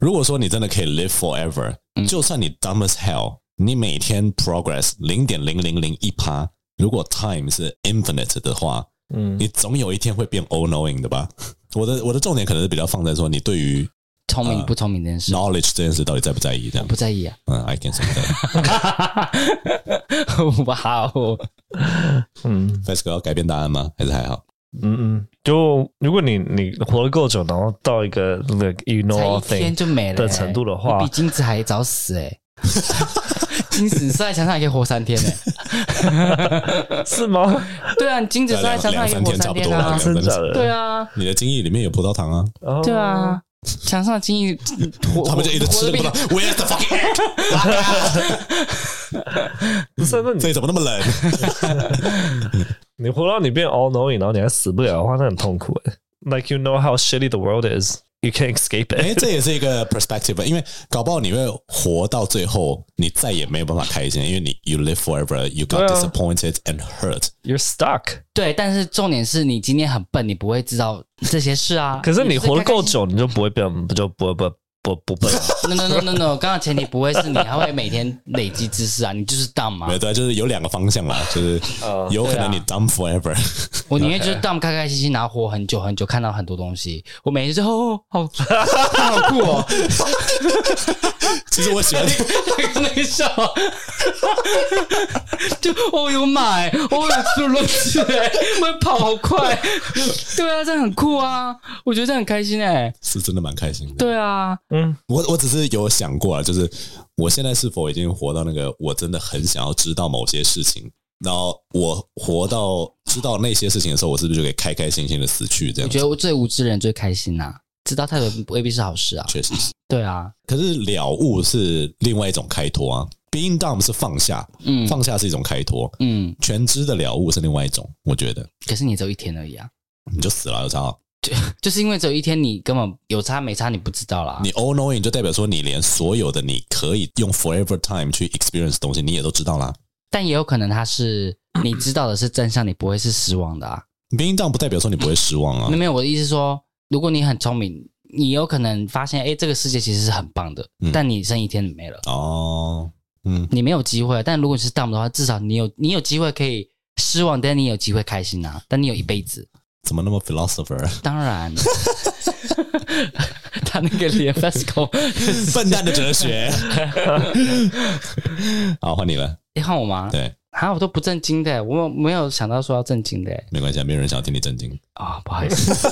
[SPEAKER 2] 如果说你真的可以 live forever，、就
[SPEAKER 1] 嗯
[SPEAKER 2] 算你 dumb as hell，你每天 progress 零点零零零一趴，如果 time 是 infinite 的话，
[SPEAKER 3] 嗯，
[SPEAKER 2] 你总有一天会变 all knowing 的吧？我的我的重点可能是比较放在说你对于
[SPEAKER 1] 聪明不聪明这件事，
[SPEAKER 2] knowledge 这件事到底在不在意这
[SPEAKER 1] 我
[SPEAKER 2] 样。
[SPEAKER 1] 不在意啊。 *laughs*
[SPEAKER 2] 嗯，I can say that。 *laughs*
[SPEAKER 1] 哇哦，
[SPEAKER 3] 嗯
[SPEAKER 2] f a s c o 要改变答案吗？还是还好？
[SPEAKER 3] 嗯嗯，就如果你你活得够久，然后到一个 like you know
[SPEAKER 1] 才
[SPEAKER 3] all
[SPEAKER 1] 一天
[SPEAKER 3] thing
[SPEAKER 1] 就没了
[SPEAKER 3] 的程度的话
[SPEAKER 1] 你比金子还早死哎、 *laughs* 金子射在墙上也可以活三天呢、欸
[SPEAKER 3] 是吗？
[SPEAKER 1] 对啊，你金子射在墙上也可以活三天啊
[SPEAKER 2] 两。
[SPEAKER 3] 真的假的？
[SPEAKER 1] 对啊，
[SPEAKER 2] 你的精液里面有葡萄糖啊，
[SPEAKER 3] 哦
[SPEAKER 1] 对，啊，墙上的金鱼活
[SPEAKER 2] 他们就一直吃
[SPEAKER 1] 活
[SPEAKER 2] 着
[SPEAKER 1] 得
[SPEAKER 2] 葡
[SPEAKER 1] 比
[SPEAKER 2] 萄。Where's the fucking egg？
[SPEAKER 3] 不是那你
[SPEAKER 2] 这里怎么那么冷？
[SPEAKER 3] 你活到你变 all knowing，然后你还死不了的话，那很痛苦哎。Like you know how shitty the world is, you can't escape
[SPEAKER 2] 哎，
[SPEAKER 3] it。
[SPEAKER 2] 这也是一个 perspective，因为搞不好你会活到最后，你再也没有办法开心，因为你 you live forever，you
[SPEAKER 3] 对
[SPEAKER 2] got
[SPEAKER 3] 啊
[SPEAKER 2] disappointed and hurt。
[SPEAKER 3] You're stuck。
[SPEAKER 1] 对，但是重点是你今天很笨，你不会知道这些事啊。
[SPEAKER 3] 可是你活得够
[SPEAKER 1] 久。
[SPEAKER 3] 久，你就不会变，不就不不不不
[SPEAKER 1] *laughs*
[SPEAKER 3] 笨。
[SPEAKER 1] no no no no no，刚刚前提不会是你，还会每天累积知识啊，你就是 dumb 嘛
[SPEAKER 2] 没。有对啊，就是有两个方向啦，就是
[SPEAKER 3] 哦
[SPEAKER 2] 有可能你
[SPEAKER 1] 对啊
[SPEAKER 2] dumb forever， *laughs*
[SPEAKER 1] 我宁愿就是 dumb 开开心心，然后活很久很久，看到很多东西。我每天就哦，好好酷哦，
[SPEAKER 2] 其实我喜欢
[SPEAKER 1] 那个那个笑，就我有买，我有出轮子哎，我跑好快，对啊，这样很酷啊，我觉得这样很开心哎、
[SPEAKER 2] *laughs* 是真的蛮开心的。
[SPEAKER 1] 对啊，
[SPEAKER 3] 嗯，
[SPEAKER 2] 我我只是有想过啊，就是我现在是否已经活到那个我真的很想要知道某些事情，然后我活到知道那些事情的时候，我是不是就可以开开心心的死去？这
[SPEAKER 1] 我
[SPEAKER 2] 样
[SPEAKER 1] 觉
[SPEAKER 2] 子
[SPEAKER 1] 得我最无知的人最开心呐、知道太多未必是好事啊，
[SPEAKER 2] 确实是。
[SPEAKER 1] 对啊，
[SPEAKER 2] 可是了悟是另外一种开脱啊，being dumb 是放下，
[SPEAKER 1] 嗯
[SPEAKER 2] 放下是一种开脱，
[SPEAKER 1] 嗯，
[SPEAKER 2] 全知的了悟是另外一种。我觉得
[SPEAKER 1] 可是你只有一天而已啊。
[SPEAKER 2] 你就死了，有啥？
[SPEAKER 1] 就是因为只有一天，你根本有差没差，你不知道啦。
[SPEAKER 2] 你 all knowing 就代表说你连所有的你可以用 forever time 去 experience 的东西，你也都知道啦。
[SPEAKER 1] 但也有可能他
[SPEAKER 2] *coughs*
[SPEAKER 1] 是你知道的是真相，你不会是失望的啊。
[SPEAKER 2] being dumb 不代表说你不会失望啊
[SPEAKER 1] 没有，没有，我的意思是说，如果你很聪明，你有可能发现，哎、这个世界其实是很棒的，
[SPEAKER 2] 嗯
[SPEAKER 1] 但你剩一天没了，
[SPEAKER 2] 哦，嗯。
[SPEAKER 1] 你没有机会。但如果你是 dumb 的话，至少你有你有机会可以失望，但你有机会开心啊。但你有一辈子，
[SPEAKER 2] 怎么那么 philosopher？
[SPEAKER 1] *laughs* 当
[SPEAKER 2] *laughs*
[SPEAKER 1] 然。他那个脸 FESCO，
[SPEAKER 2] 笨蛋的哲学。好，换你了。
[SPEAKER 1] 你看我吗？
[SPEAKER 2] 对，
[SPEAKER 1] 啊，我都不正经的，我没有想到说要正经的。
[SPEAKER 2] 没关系，啊，没有人想要听你震惊。
[SPEAKER 1] 啊、不好意思。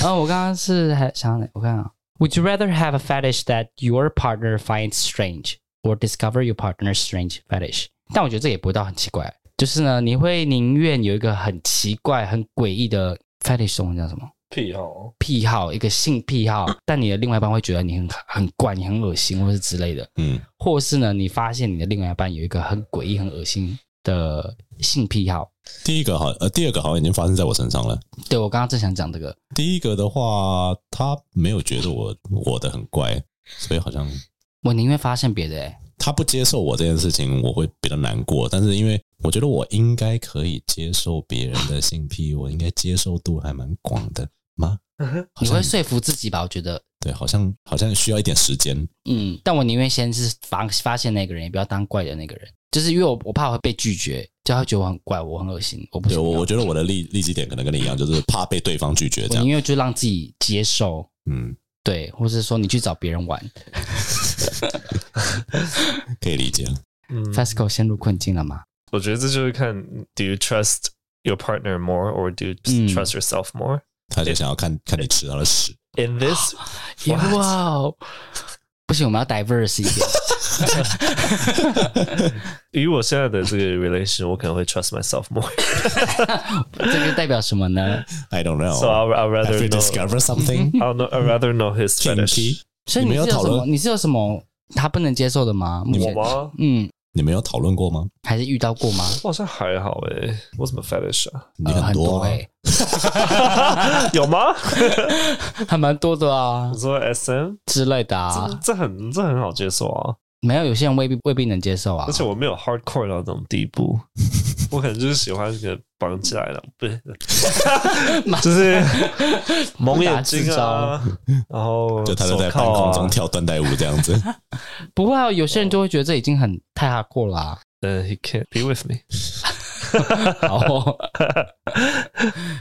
[SPEAKER 1] 然后我刚刚是还想了，我看啊，Would you rather have a fetish that your partner finds strange or discover your partner's strange fetish？但我觉得这也不会到很奇怪，就是呢，你会宁愿有一个很奇怪、很诡异的 fetish，中文叫什么？
[SPEAKER 3] 屁哦，
[SPEAKER 1] 癖好，一个性癖 *laughs* 好，但你的另外一半会觉得你很很怪、你很恶心，或是之类的，
[SPEAKER 2] 嗯，
[SPEAKER 1] 或是呢，你发现你的另外一半有一个很诡异、很恶心的性癖好。
[SPEAKER 2] 第一个好，呃，第二个好像已经发生在我身上了。
[SPEAKER 1] 对我刚刚正想讲这个，
[SPEAKER 2] 第一个的话，他没有觉得我我的很怪，所以好像
[SPEAKER 1] 我宁愿发现别的、欸，
[SPEAKER 2] 他不接受我这件事情，我会比较难过。但是因为我觉得我应该可以接受别人的性癖，我应该接受度还蛮广的吗？好
[SPEAKER 1] 你
[SPEAKER 2] 像
[SPEAKER 1] 会说服自己吧？我觉得，
[SPEAKER 2] 对，好像好像需要一点时间。
[SPEAKER 1] 嗯，但我宁愿先是发发现那个人，也不要当怪的那个人，就是因为我我怕我会被拒绝，就他会觉得我很怪，我很恶心，
[SPEAKER 3] 嗯
[SPEAKER 1] 我不
[SPEAKER 2] 对
[SPEAKER 1] 想
[SPEAKER 2] 我，
[SPEAKER 1] 要
[SPEAKER 2] 我觉得我的立立基点可能跟你一样，就是怕被对方拒绝
[SPEAKER 1] 我
[SPEAKER 2] 这样
[SPEAKER 1] 宁。愿就让自己接受，
[SPEAKER 2] 嗯，
[SPEAKER 1] 对，或是说你去找别人玩。
[SPEAKER 2] 可以理解。
[SPEAKER 3] 嗯
[SPEAKER 1] FESCO 陷入困境了
[SPEAKER 2] *laughs*
[SPEAKER 1] 吗？
[SPEAKER 3] 我觉得这就是看 Do you trust your partner more or do you
[SPEAKER 1] 嗯
[SPEAKER 3] trust yourself more
[SPEAKER 2] 他就想要看看你吃他的屎。
[SPEAKER 3] in this？What？
[SPEAKER 1] 哇哦！不行，我们要 diverse
[SPEAKER 2] *laughs*
[SPEAKER 1] 一点。
[SPEAKER 3] 以我现在的这个 relation，我可能会 trust myself more。 *laughs*
[SPEAKER 1] 这个代表什么呢？
[SPEAKER 2] I don't know.
[SPEAKER 3] So I'll I'll
[SPEAKER 2] Have
[SPEAKER 3] rather
[SPEAKER 2] you
[SPEAKER 3] know.
[SPEAKER 2] discover something?
[SPEAKER 3] I'll know, I'd rather know his *laughs* fetish。
[SPEAKER 2] Kinky？
[SPEAKER 1] 所以
[SPEAKER 2] 你
[SPEAKER 1] 你
[SPEAKER 2] 们
[SPEAKER 1] 是有
[SPEAKER 2] 有讨
[SPEAKER 1] 什么？
[SPEAKER 2] 论？
[SPEAKER 1] 你是有什么他不能接受的吗？目
[SPEAKER 3] 我
[SPEAKER 1] 前，
[SPEAKER 3] 吗？
[SPEAKER 1] 嗯，
[SPEAKER 2] 你们有讨论过吗？
[SPEAKER 1] 还是遇到过吗？
[SPEAKER 3] 我好像还好诶、我怎么 fetish 啊？
[SPEAKER 2] 你
[SPEAKER 1] 呃很
[SPEAKER 2] 多啊
[SPEAKER 1] 哎、
[SPEAKER 3] 有吗？
[SPEAKER 1] 还蛮多的啊
[SPEAKER 3] 我说 SM，、
[SPEAKER 1] 之类的啊。
[SPEAKER 3] 这这很这很好接受啊，
[SPEAKER 1] 没有，有些人未必未必能接受啊
[SPEAKER 3] 而。且我没有 hardcore 到这种地步，我可能就是喜欢给绑起来的，不是，就是蒙眼睛啊，然后
[SPEAKER 2] 就他就在半
[SPEAKER 3] 手铐啊
[SPEAKER 2] 空中，跳断带舞这样子。
[SPEAKER 1] 不会啊，有些人就会觉得这已经很太哈过了、啊。
[SPEAKER 3] *laughs* 呃、h e can't be with me，
[SPEAKER 1] 好哦，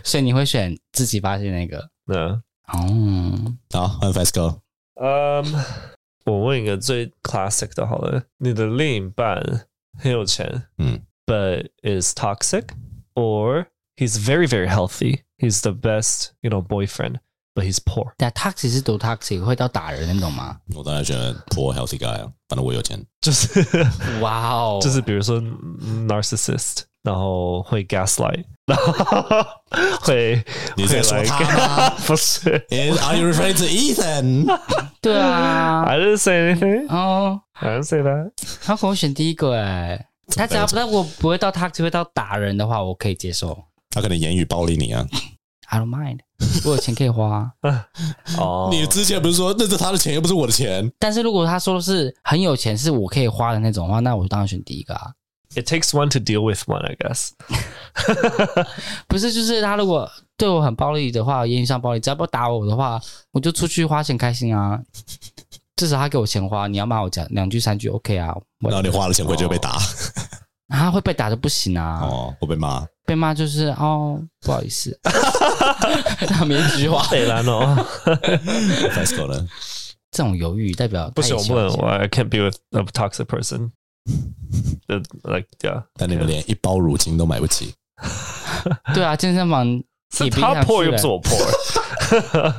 [SPEAKER 1] 所以你会选自己发现那个
[SPEAKER 3] Yeah.
[SPEAKER 1] 哦，
[SPEAKER 2] 好，换 Fasco，
[SPEAKER 3] Um, 我问一个最 classic 的好了，你的另一半很有钱，
[SPEAKER 2] 嗯
[SPEAKER 3] ，but is toxic or he's very very healthy. He's the best, you know, boyfriend, but he's poor. *laughs*
[SPEAKER 1] 但 toxic 是读 toxic 会到打人那种吗？
[SPEAKER 2] 我当然选 poor healthy guy，啊反正我有钱。
[SPEAKER 3] 就是
[SPEAKER 1] 哇哦
[SPEAKER 3] 就是比如说 narcissist，然后会 gaslight，然后会 *laughs*
[SPEAKER 2] 你在说他吗？
[SPEAKER 3] 不是
[SPEAKER 2] Is, are you referring to Ethan？
[SPEAKER 1] 对啊，
[SPEAKER 3] ，I didn't say anything.
[SPEAKER 1] 哦，
[SPEAKER 3] I didn't say that.
[SPEAKER 1] 他可能选第一个哎，他只要不我不会到 toxic 会到打人的话，我可以接受
[SPEAKER 2] 他可能言语暴力你啊！
[SPEAKER 1] ，I don't mind，我有钱可以花 *laughs* 啊。
[SPEAKER 3] 哦，
[SPEAKER 2] 你之前不是说那是他的钱，又不是我的钱？
[SPEAKER 1] 但是如果他说的是很有钱，是我可以花的那种的话，那我当然选第一个啊。
[SPEAKER 3] it takes one to deal with one, I guess.
[SPEAKER 1] 不是，就是他如果对我很暴力的话，言语上暴力，只要不打我的话，我就出去花钱开心啊。至少他给我钱花，你要骂我讲两句三句 OK 啊。我
[SPEAKER 2] 然后你花了钱回去就被打
[SPEAKER 1] 他会被打就不行啊，
[SPEAKER 2] 哦，会被骂。
[SPEAKER 1] 被骂就是哦不好意思，他没一句话。
[SPEAKER 3] *laughs*
[SPEAKER 2] Fasco 呢？
[SPEAKER 1] 这种犹豫代表他也喜欢钱
[SPEAKER 3] I can't be with a toxic person. Uh, Like yeah，
[SPEAKER 2] 但你们连一包乳清都买不起，
[SPEAKER 1] 对啊，健身房也冰
[SPEAKER 3] 是他
[SPEAKER 1] 上去
[SPEAKER 3] poor
[SPEAKER 1] 了，
[SPEAKER 3] 又不是我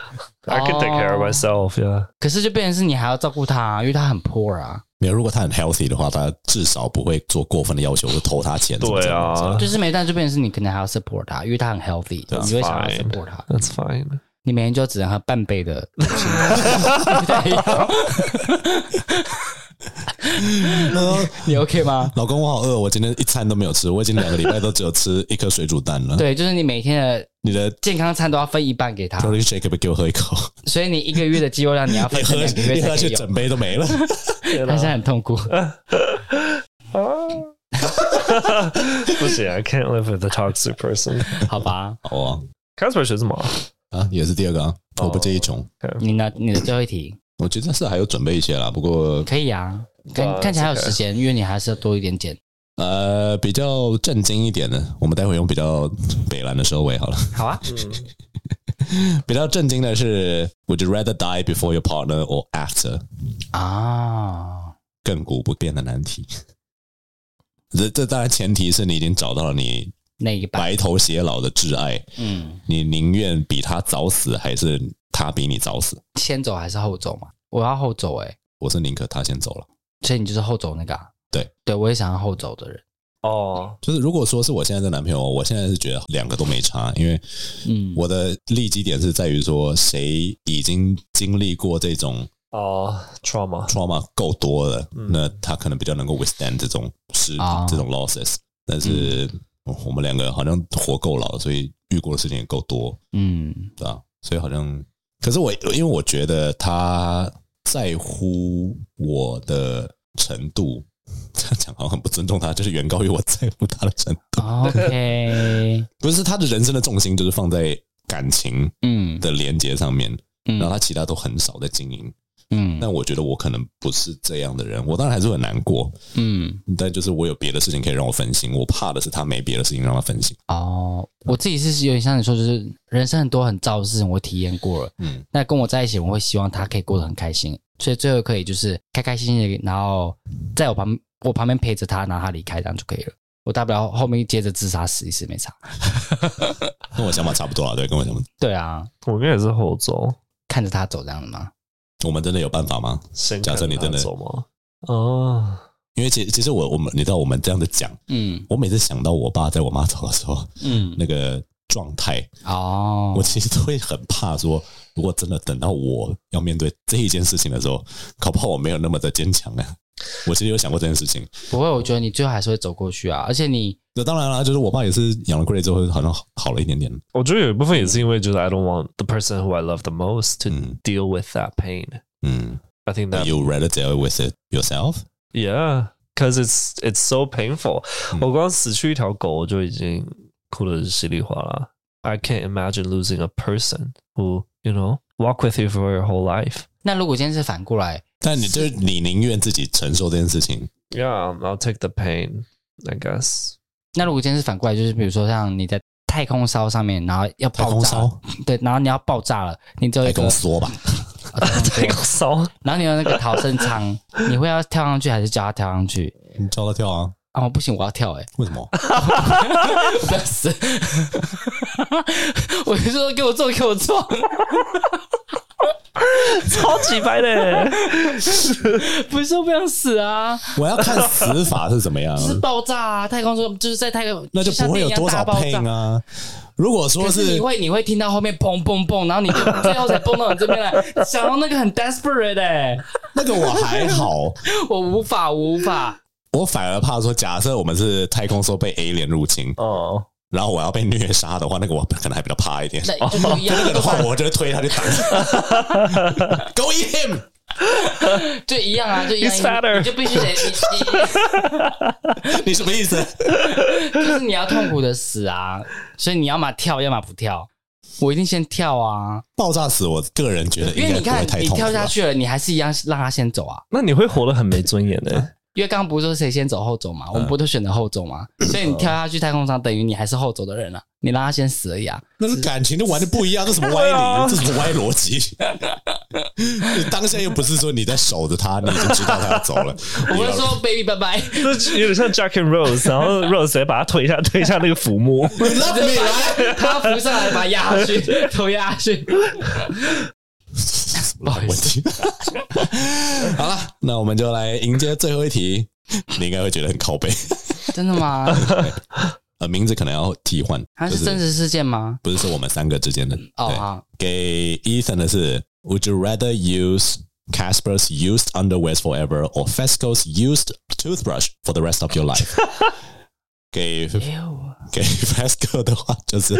[SPEAKER 3] *laughs* I can take care of
[SPEAKER 1] 哦。
[SPEAKER 3] myself. Yeah.
[SPEAKER 1] 可是就变成是你还要照顾他、因为他很 poor 啊。
[SPEAKER 2] 没有。如果他很 healthy 的话，他至少不会做过分的要求，会偷他钱。
[SPEAKER 3] 对啊
[SPEAKER 2] 什么之类的
[SPEAKER 1] 就是没蛋就变成是你可能还要 support 他，因为他很 healthy，
[SPEAKER 2] That's
[SPEAKER 1] 你就会想要
[SPEAKER 3] fine.
[SPEAKER 1] support 他。
[SPEAKER 3] That's fine.
[SPEAKER 1] 你每天就只能喝半杯的对呀
[SPEAKER 2] 呃
[SPEAKER 1] 你 OK
[SPEAKER 2] *laughs*
[SPEAKER 1] 吗？
[SPEAKER 2] 老公，我好饿，我今天一餐都没有吃，我已经两个礼拜都只有吃一颗水煮蛋了。
[SPEAKER 1] 对，就是你每天的
[SPEAKER 2] 你的
[SPEAKER 1] 健康餐都要分一半给他，
[SPEAKER 2] protein shake 不给我喝一口，
[SPEAKER 1] 所以你一个月的肌肉量你要
[SPEAKER 2] 啊你
[SPEAKER 1] 分成
[SPEAKER 2] 喝
[SPEAKER 1] 两个月
[SPEAKER 2] 一
[SPEAKER 1] 才
[SPEAKER 2] 喝
[SPEAKER 1] 可
[SPEAKER 2] 去
[SPEAKER 1] 以有。
[SPEAKER 2] 整杯都没了。
[SPEAKER 1] 他现在很痛苦，
[SPEAKER 3] *laughs* 不行，I can't live with a toxic person.
[SPEAKER 1] 好吧？
[SPEAKER 2] *laughs* 好啊，
[SPEAKER 3] Casper 学什么？
[SPEAKER 2] 啊，也是第二个啊，我不介意穷。
[SPEAKER 1] 你呢？你的最后一题
[SPEAKER 2] 我觉得是还有准备一些啦，不过
[SPEAKER 1] 可以啊，
[SPEAKER 2] 哦
[SPEAKER 3] 哇
[SPEAKER 1] 看看起来还有
[SPEAKER 3] 这个
[SPEAKER 1] 时间，因为你还是要多一点减。
[SPEAKER 2] 呃，比较震惊一点的，我们待会用比较北蓝的收尾好了。 *laughs*
[SPEAKER 1] 好啊，
[SPEAKER 2] 比较震惊的是，Would you rather die before your partner or after？
[SPEAKER 1] 啊，
[SPEAKER 2] 亘古不变的难题。这这当然前提是你已经找到了你
[SPEAKER 1] 那一半，
[SPEAKER 2] 白头偕老的挚爱，
[SPEAKER 1] 嗯，
[SPEAKER 2] 你宁愿比他早死，还是他比你早死？
[SPEAKER 1] 先走还是后走嘛？我要后走哎、
[SPEAKER 2] 我是宁可他先走了。
[SPEAKER 1] 所以你就是后走那个、啊。
[SPEAKER 2] 对，
[SPEAKER 1] 对我也想要后走的人。
[SPEAKER 3] 哦，
[SPEAKER 2] 就是如果说是我现在的男朋友，我现在是觉得两个都没差，因为
[SPEAKER 1] 嗯，
[SPEAKER 2] 我的利基点是在于说谁已经经历过这种
[SPEAKER 3] 哦，trauma，
[SPEAKER 2] trauma 够多了，
[SPEAKER 3] 嗯
[SPEAKER 2] 那他可能比较能够 withstand 这种失、
[SPEAKER 1] 啊
[SPEAKER 2] 这种 losses。但是我们两个好像活够老，所以遇过的事情也够多，
[SPEAKER 1] 嗯
[SPEAKER 2] 对吧？所以好像，可是我因为我觉得他在乎我的程度， *laughs* 这样讲好像很不尊重他，就是远高于我在乎他的程度。 *laughs*
[SPEAKER 1] ，OK，
[SPEAKER 2] 不是他的人生的重心就是放在感情
[SPEAKER 1] 嗯
[SPEAKER 2] 的连接上面，
[SPEAKER 1] 嗯，
[SPEAKER 2] 然后他其他都很少在经营。
[SPEAKER 1] 嗯
[SPEAKER 2] 但我觉得我可能不是这样的人，我当然还是会很难过，
[SPEAKER 1] 嗯
[SPEAKER 2] 但就是我有别的事情可以让我分心，我怕的是他没别的事情让他分心。
[SPEAKER 1] 哦，
[SPEAKER 2] 嗯
[SPEAKER 1] 我自己是有点像你说，就是人生很多很糟的事情我体验过了，
[SPEAKER 2] 嗯，
[SPEAKER 1] 那跟我在一起，我会希望他可以过得很开心，所以最后可以就是开开心心的，然后在我旁我旁边陪着他，然后他离开这样就可以了。我大不了后面接着自杀死一次没差。
[SPEAKER 2] 跟我想法差不多啊，对，跟我想法，
[SPEAKER 1] 对啊，
[SPEAKER 3] 我应该也是后走。先
[SPEAKER 1] 看着他走这样的吗？
[SPEAKER 2] 我们真的有办法吗？假设你真的-
[SPEAKER 3] 走吗？哦，
[SPEAKER 2] 因为其其实我我们你知道我们这样子讲，
[SPEAKER 1] 嗯
[SPEAKER 2] 我每次想到我爸在我妈走的时候
[SPEAKER 1] 嗯，
[SPEAKER 2] 那个状态，
[SPEAKER 1] 哦
[SPEAKER 2] 我，其实都会很怕说，如果真的等到我要面对这一件事情的时候，搞不好我没有那么的坚强啊。我其实有想过这件事情，
[SPEAKER 1] 不会，我觉得你最后还是会走过去啊，而且你
[SPEAKER 2] 那当然啦，就是我爸也是养了 Grey 之后，好像好好了一点点。
[SPEAKER 3] Mm-hmm. 我觉得有一部分也是因为就是 I don't want the person who I love the most to
[SPEAKER 2] 嗯
[SPEAKER 3] deal with that pain.
[SPEAKER 2] 嗯
[SPEAKER 3] I think that
[SPEAKER 2] ，You rather deal with it yourself？
[SPEAKER 3] yeah, Mm. because it's it's so painful.
[SPEAKER 2] 嗯。
[SPEAKER 3] 我光死去一条狗，我就已经哭得稀里哗啦。I can't imagine losing a person who you know walk with you for your whole life.
[SPEAKER 1] 那如果今天是反过来，
[SPEAKER 2] 但你就是你宁愿自己承受这件事情，
[SPEAKER 3] um, Yeah, I'll take the pain. I guess. *laughs*
[SPEAKER 1] 那如果今天是反过来，就是比如说像你在太空烧上面，然后要
[SPEAKER 2] 太
[SPEAKER 1] 爆
[SPEAKER 2] 空
[SPEAKER 1] 炸，
[SPEAKER 2] 烧，
[SPEAKER 1] 对，然后你要爆炸了，你只有
[SPEAKER 2] 太
[SPEAKER 1] 一个
[SPEAKER 2] 空，梭吧，
[SPEAKER 1] *laughs* 啊太空梭
[SPEAKER 3] 太空烧，
[SPEAKER 1] 然后你有那个逃生舱，你会要跳上去还是叫他跳上去？
[SPEAKER 2] 你叫他跳啊？
[SPEAKER 1] 哦，不行，我要跳哎、
[SPEAKER 2] 为什么？
[SPEAKER 1] *laughs* 不要死！ *laughs* 我就说给我做，给我做，
[SPEAKER 3] 超级白的。 *laughs*
[SPEAKER 1] 不是说不想死啊，
[SPEAKER 2] 我要看死法是怎么样
[SPEAKER 1] 就， *laughs* 是爆炸啊！太空中就是在太空，
[SPEAKER 2] 那就不会有多少
[SPEAKER 1] 爆
[SPEAKER 2] 配
[SPEAKER 1] 炸。
[SPEAKER 2] 啊。如果说
[SPEAKER 1] 可是你会你会听到后面砰砰砰，然后你就最后才蹦到你这边来，想到那个很 desperate 哎、
[SPEAKER 2] 那个我还好，
[SPEAKER 1] 我无法，我无
[SPEAKER 2] *laughs*
[SPEAKER 1] 法。
[SPEAKER 2] 我反而怕说，假设我们是太空梭被 A 连入侵，
[SPEAKER 3] 哦，
[SPEAKER 2] 然后我要被虐杀的话，那个我可能还比较怕一点。
[SPEAKER 1] 那就不一样，
[SPEAKER 2] 哦
[SPEAKER 1] 啊
[SPEAKER 2] 那个的话，我就会推
[SPEAKER 1] *laughs*
[SPEAKER 2] 他去打。Go eat him！
[SPEAKER 1] 就一样啊，就一样
[SPEAKER 3] He's fatter.
[SPEAKER 1] 你就必须得，你
[SPEAKER 2] 你什么意思？
[SPEAKER 1] 你就是你要痛苦的死啊，所以你要么跳，要么不跳。我一定先跳啊，
[SPEAKER 2] 爆炸死，我个人觉得
[SPEAKER 1] 因为
[SPEAKER 2] 应
[SPEAKER 1] 你
[SPEAKER 2] 该
[SPEAKER 1] 看
[SPEAKER 2] 不会太
[SPEAKER 1] 你
[SPEAKER 2] 痛苦啊
[SPEAKER 1] 跳
[SPEAKER 2] 吧
[SPEAKER 1] 下去了，你还是一样让他先走啊。
[SPEAKER 3] 那你会活得很没尊严 *laughs* 的。
[SPEAKER 1] 因为刚刚不是说谁先走后走嘛，我们不都选择后走
[SPEAKER 2] *laughs*
[SPEAKER 1] 嘛，所以你跳下去太空舱，等于你还是后走的人啊，你让他先死而已啊。
[SPEAKER 2] 那是感情就玩的不一样，这什么歪
[SPEAKER 3] 对啊
[SPEAKER 2] 理？这什么歪逻辑？ *laughs* 你当下又不是说你在守着他，你已经知道他要走了。
[SPEAKER 1] *laughs* 我们
[SPEAKER 2] 你要
[SPEAKER 1] 说 baby 拜拜，
[SPEAKER 2] *laughs*
[SPEAKER 3] 这有点像 Jack and Rose，然后 Rose 直接把他推下推下那个浮木。
[SPEAKER 2] 你 love me，来，
[SPEAKER 1] *laughs* 他浮上来把他压下去，头压下
[SPEAKER 2] *laughs*
[SPEAKER 1] 去。
[SPEAKER 2] 不好问题。 *laughs* 好了，那我们就来迎接最后一题，你应该会觉得很靠背。
[SPEAKER 1] 真的吗？
[SPEAKER 2] 呃，名字可能要替换，
[SPEAKER 1] 它
[SPEAKER 2] 就是
[SPEAKER 1] 真实事件吗？
[SPEAKER 2] 不是说我们三个之间的。
[SPEAKER 1] 哦
[SPEAKER 2] 对
[SPEAKER 1] 好，
[SPEAKER 2] 给 Ethan 的是 Would you rather use Casper's used underwear forever or Fesco's used toothbrush for the rest of your
[SPEAKER 3] *laughs*
[SPEAKER 2] life？给
[SPEAKER 1] 哎呦，
[SPEAKER 2] 给 Fesco 的话
[SPEAKER 3] *laughs*
[SPEAKER 2] 就是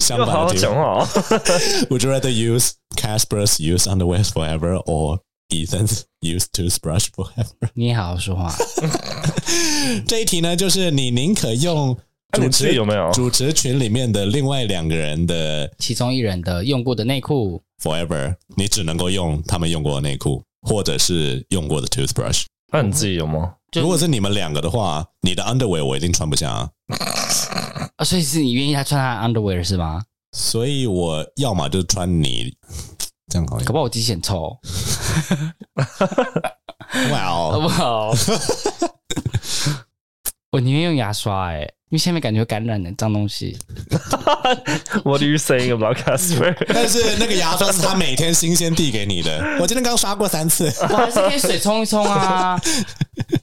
[SPEAKER 2] 相
[SPEAKER 3] 要
[SPEAKER 2] 反
[SPEAKER 3] 好好
[SPEAKER 2] 的结
[SPEAKER 3] 讲
[SPEAKER 2] 果。
[SPEAKER 3] 话哦。 *laughs*
[SPEAKER 2] Would you rather use Casper's used underwear forever or Ethan's used toothbrush forever？ *laughs*
[SPEAKER 1] 你也好好说话。
[SPEAKER 2] 这一题呢，就是你宁可用
[SPEAKER 3] 那
[SPEAKER 2] 主
[SPEAKER 3] 你自己
[SPEAKER 2] 持
[SPEAKER 3] 有没有
[SPEAKER 2] 主持群里面的另外两个人的
[SPEAKER 1] 其中一人的用过的内裤，
[SPEAKER 2] forever，你只能够用他们用过的内裤，或者是用过的 toothbrush。
[SPEAKER 3] 那你自己有吗？
[SPEAKER 1] 就
[SPEAKER 2] 如果是你们两个的话，你的 underwear 我一定穿不下啊，
[SPEAKER 1] 啊，所以是你愿意他穿他的 underwear 是吗？
[SPEAKER 2] 所以我要么就穿你这样好
[SPEAKER 1] 搞不好我鸡很臭，
[SPEAKER 2] 像。哇
[SPEAKER 1] 搞
[SPEAKER 2] 哦，
[SPEAKER 1] 不好。 *laughs* 我宁愿用牙刷哎、因为下面感觉会感染的欸脏东西。
[SPEAKER 3] What are you saying about Casper？
[SPEAKER 2] 但是那个牙刷是他每天新鲜递给
[SPEAKER 1] *laughs*
[SPEAKER 2] 你的，我今天刚刷过三次。
[SPEAKER 1] 我还是可以水冲一冲啊。 *laughs*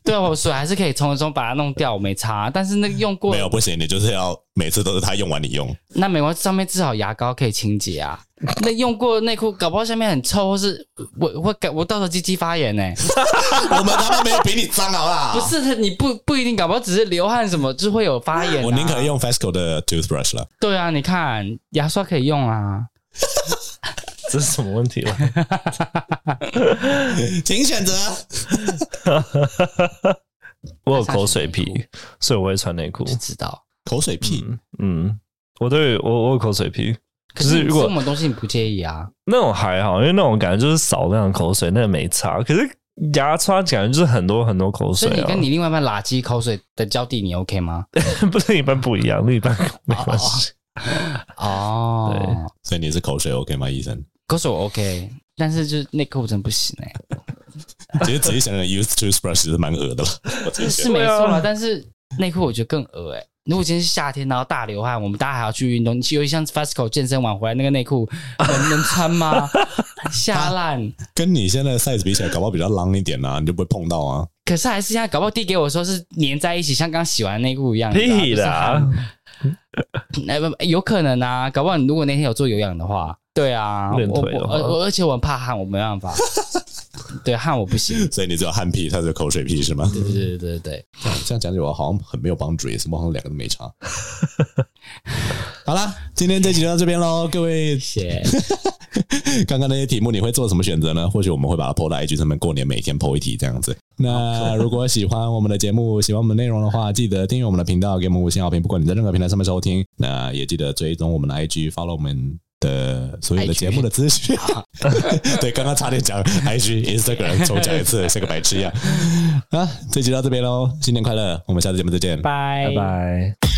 [SPEAKER 1] 对啊，我水还是可以冲一冲，把它弄掉，我没擦。但是那个用过
[SPEAKER 2] 没，有不行，你就是要每次都是他用完你
[SPEAKER 1] *laughs*
[SPEAKER 2] 用。
[SPEAKER 1] 那没关系，上面至少牙膏可以清洁啊。那用过内裤，搞不好下面很臭，或是我会感我到时候鸡鸡发炎呢、欸 *laughs*
[SPEAKER 2] 我们他妈没有比你脏好啦。
[SPEAKER 1] 不，是，你不不一定，搞不好只是流汗什么，就会有发炎、啊。
[SPEAKER 2] 我宁可。用 Fesco 的 toothbrush 了。
[SPEAKER 1] 对啊，你看牙刷可以用啊。
[SPEAKER 3] *laughs* 这是什么问题啊
[SPEAKER 1] *laughs*
[SPEAKER 3] 了？
[SPEAKER 2] 请选择。
[SPEAKER 1] 嗯
[SPEAKER 3] 我有口水屁，所以我会穿内裤
[SPEAKER 1] 不。知道。
[SPEAKER 2] 口水屁，
[SPEAKER 3] 嗯，我对我我有口水屁，
[SPEAKER 1] 可
[SPEAKER 3] 可
[SPEAKER 1] 是
[SPEAKER 3] 是如果
[SPEAKER 1] 什么东西你不介意啊？
[SPEAKER 3] 那种还好，因为那种感觉就是少量口水，那没差。可是牙刷感觉就是很多很多口水
[SPEAKER 1] 所以你
[SPEAKER 3] 啊，
[SPEAKER 1] 跟你另外一半垃圾口水的交替，你啊 OK 吗？
[SPEAKER 3] *laughs* 不是一般不一样，另一半没关系。对
[SPEAKER 1] 哦，
[SPEAKER 2] 所以你是口水 OK 吗，医生？
[SPEAKER 1] 口水我 OK，但是就是内裤真不行哎、
[SPEAKER 2] 其实仔细想想，use toothbrush 是蛮恶的了。我自己觉
[SPEAKER 1] 是
[SPEAKER 2] 得
[SPEAKER 1] 没
[SPEAKER 3] 对啊
[SPEAKER 1] 错啦，但是内裤我觉得更恶哎、如果今天是夏天，然后大流汗，我们大家还要去运动，尤其像 Fasco 健身完回来那个内裤能能穿吗？下烂。
[SPEAKER 2] 跟你现在的 size 比起来，搞不好比较浪一点啊，你就不会碰到啊。
[SPEAKER 1] 可是还是现在搞不好递给我说是粘在一起，像刚洗完的内裤一样。
[SPEAKER 3] 屁的
[SPEAKER 1] 啦
[SPEAKER 3] 啊！！
[SPEAKER 1] 哎不，有可能啊，搞不好你如果那天有做有氧的话，对啊，
[SPEAKER 3] 练
[SPEAKER 1] 我
[SPEAKER 3] 腿的
[SPEAKER 1] 我
[SPEAKER 3] 话
[SPEAKER 1] 而我而且我很怕汗，我没办法， *laughs* 对汗我不行， *laughs*
[SPEAKER 2] 所以你只有汗屁，他只有口水屁是吗？
[SPEAKER 1] 对对对对对，
[SPEAKER 2] 这样讲起来，我好像很没有帮助，也是我好像两个都
[SPEAKER 1] *laughs*
[SPEAKER 2] 没差。好啦，今天这集就到这边喽，各位。
[SPEAKER 1] 谢谢。
[SPEAKER 2] *laughs* 刚刚那些题目，你会做什么选择呢？或许我们会把它 PO 到 IG 上面，过年每天 PO 一题这样子。那如果喜欢我们的节目，喜欢我们的内容的话，记得订阅我们的频道，给我们五星好评。不管你在任何平台上面收听，那也记得追踪我们的 IG，follow 我们的所有的节目的资讯。 *laughs* 对，刚刚差点讲 IG、Instagram，重讲一次，像个白痴一样。啊，这集到这边喽，新年快乐，我们下次节目再见，
[SPEAKER 1] 拜
[SPEAKER 3] 拜拜。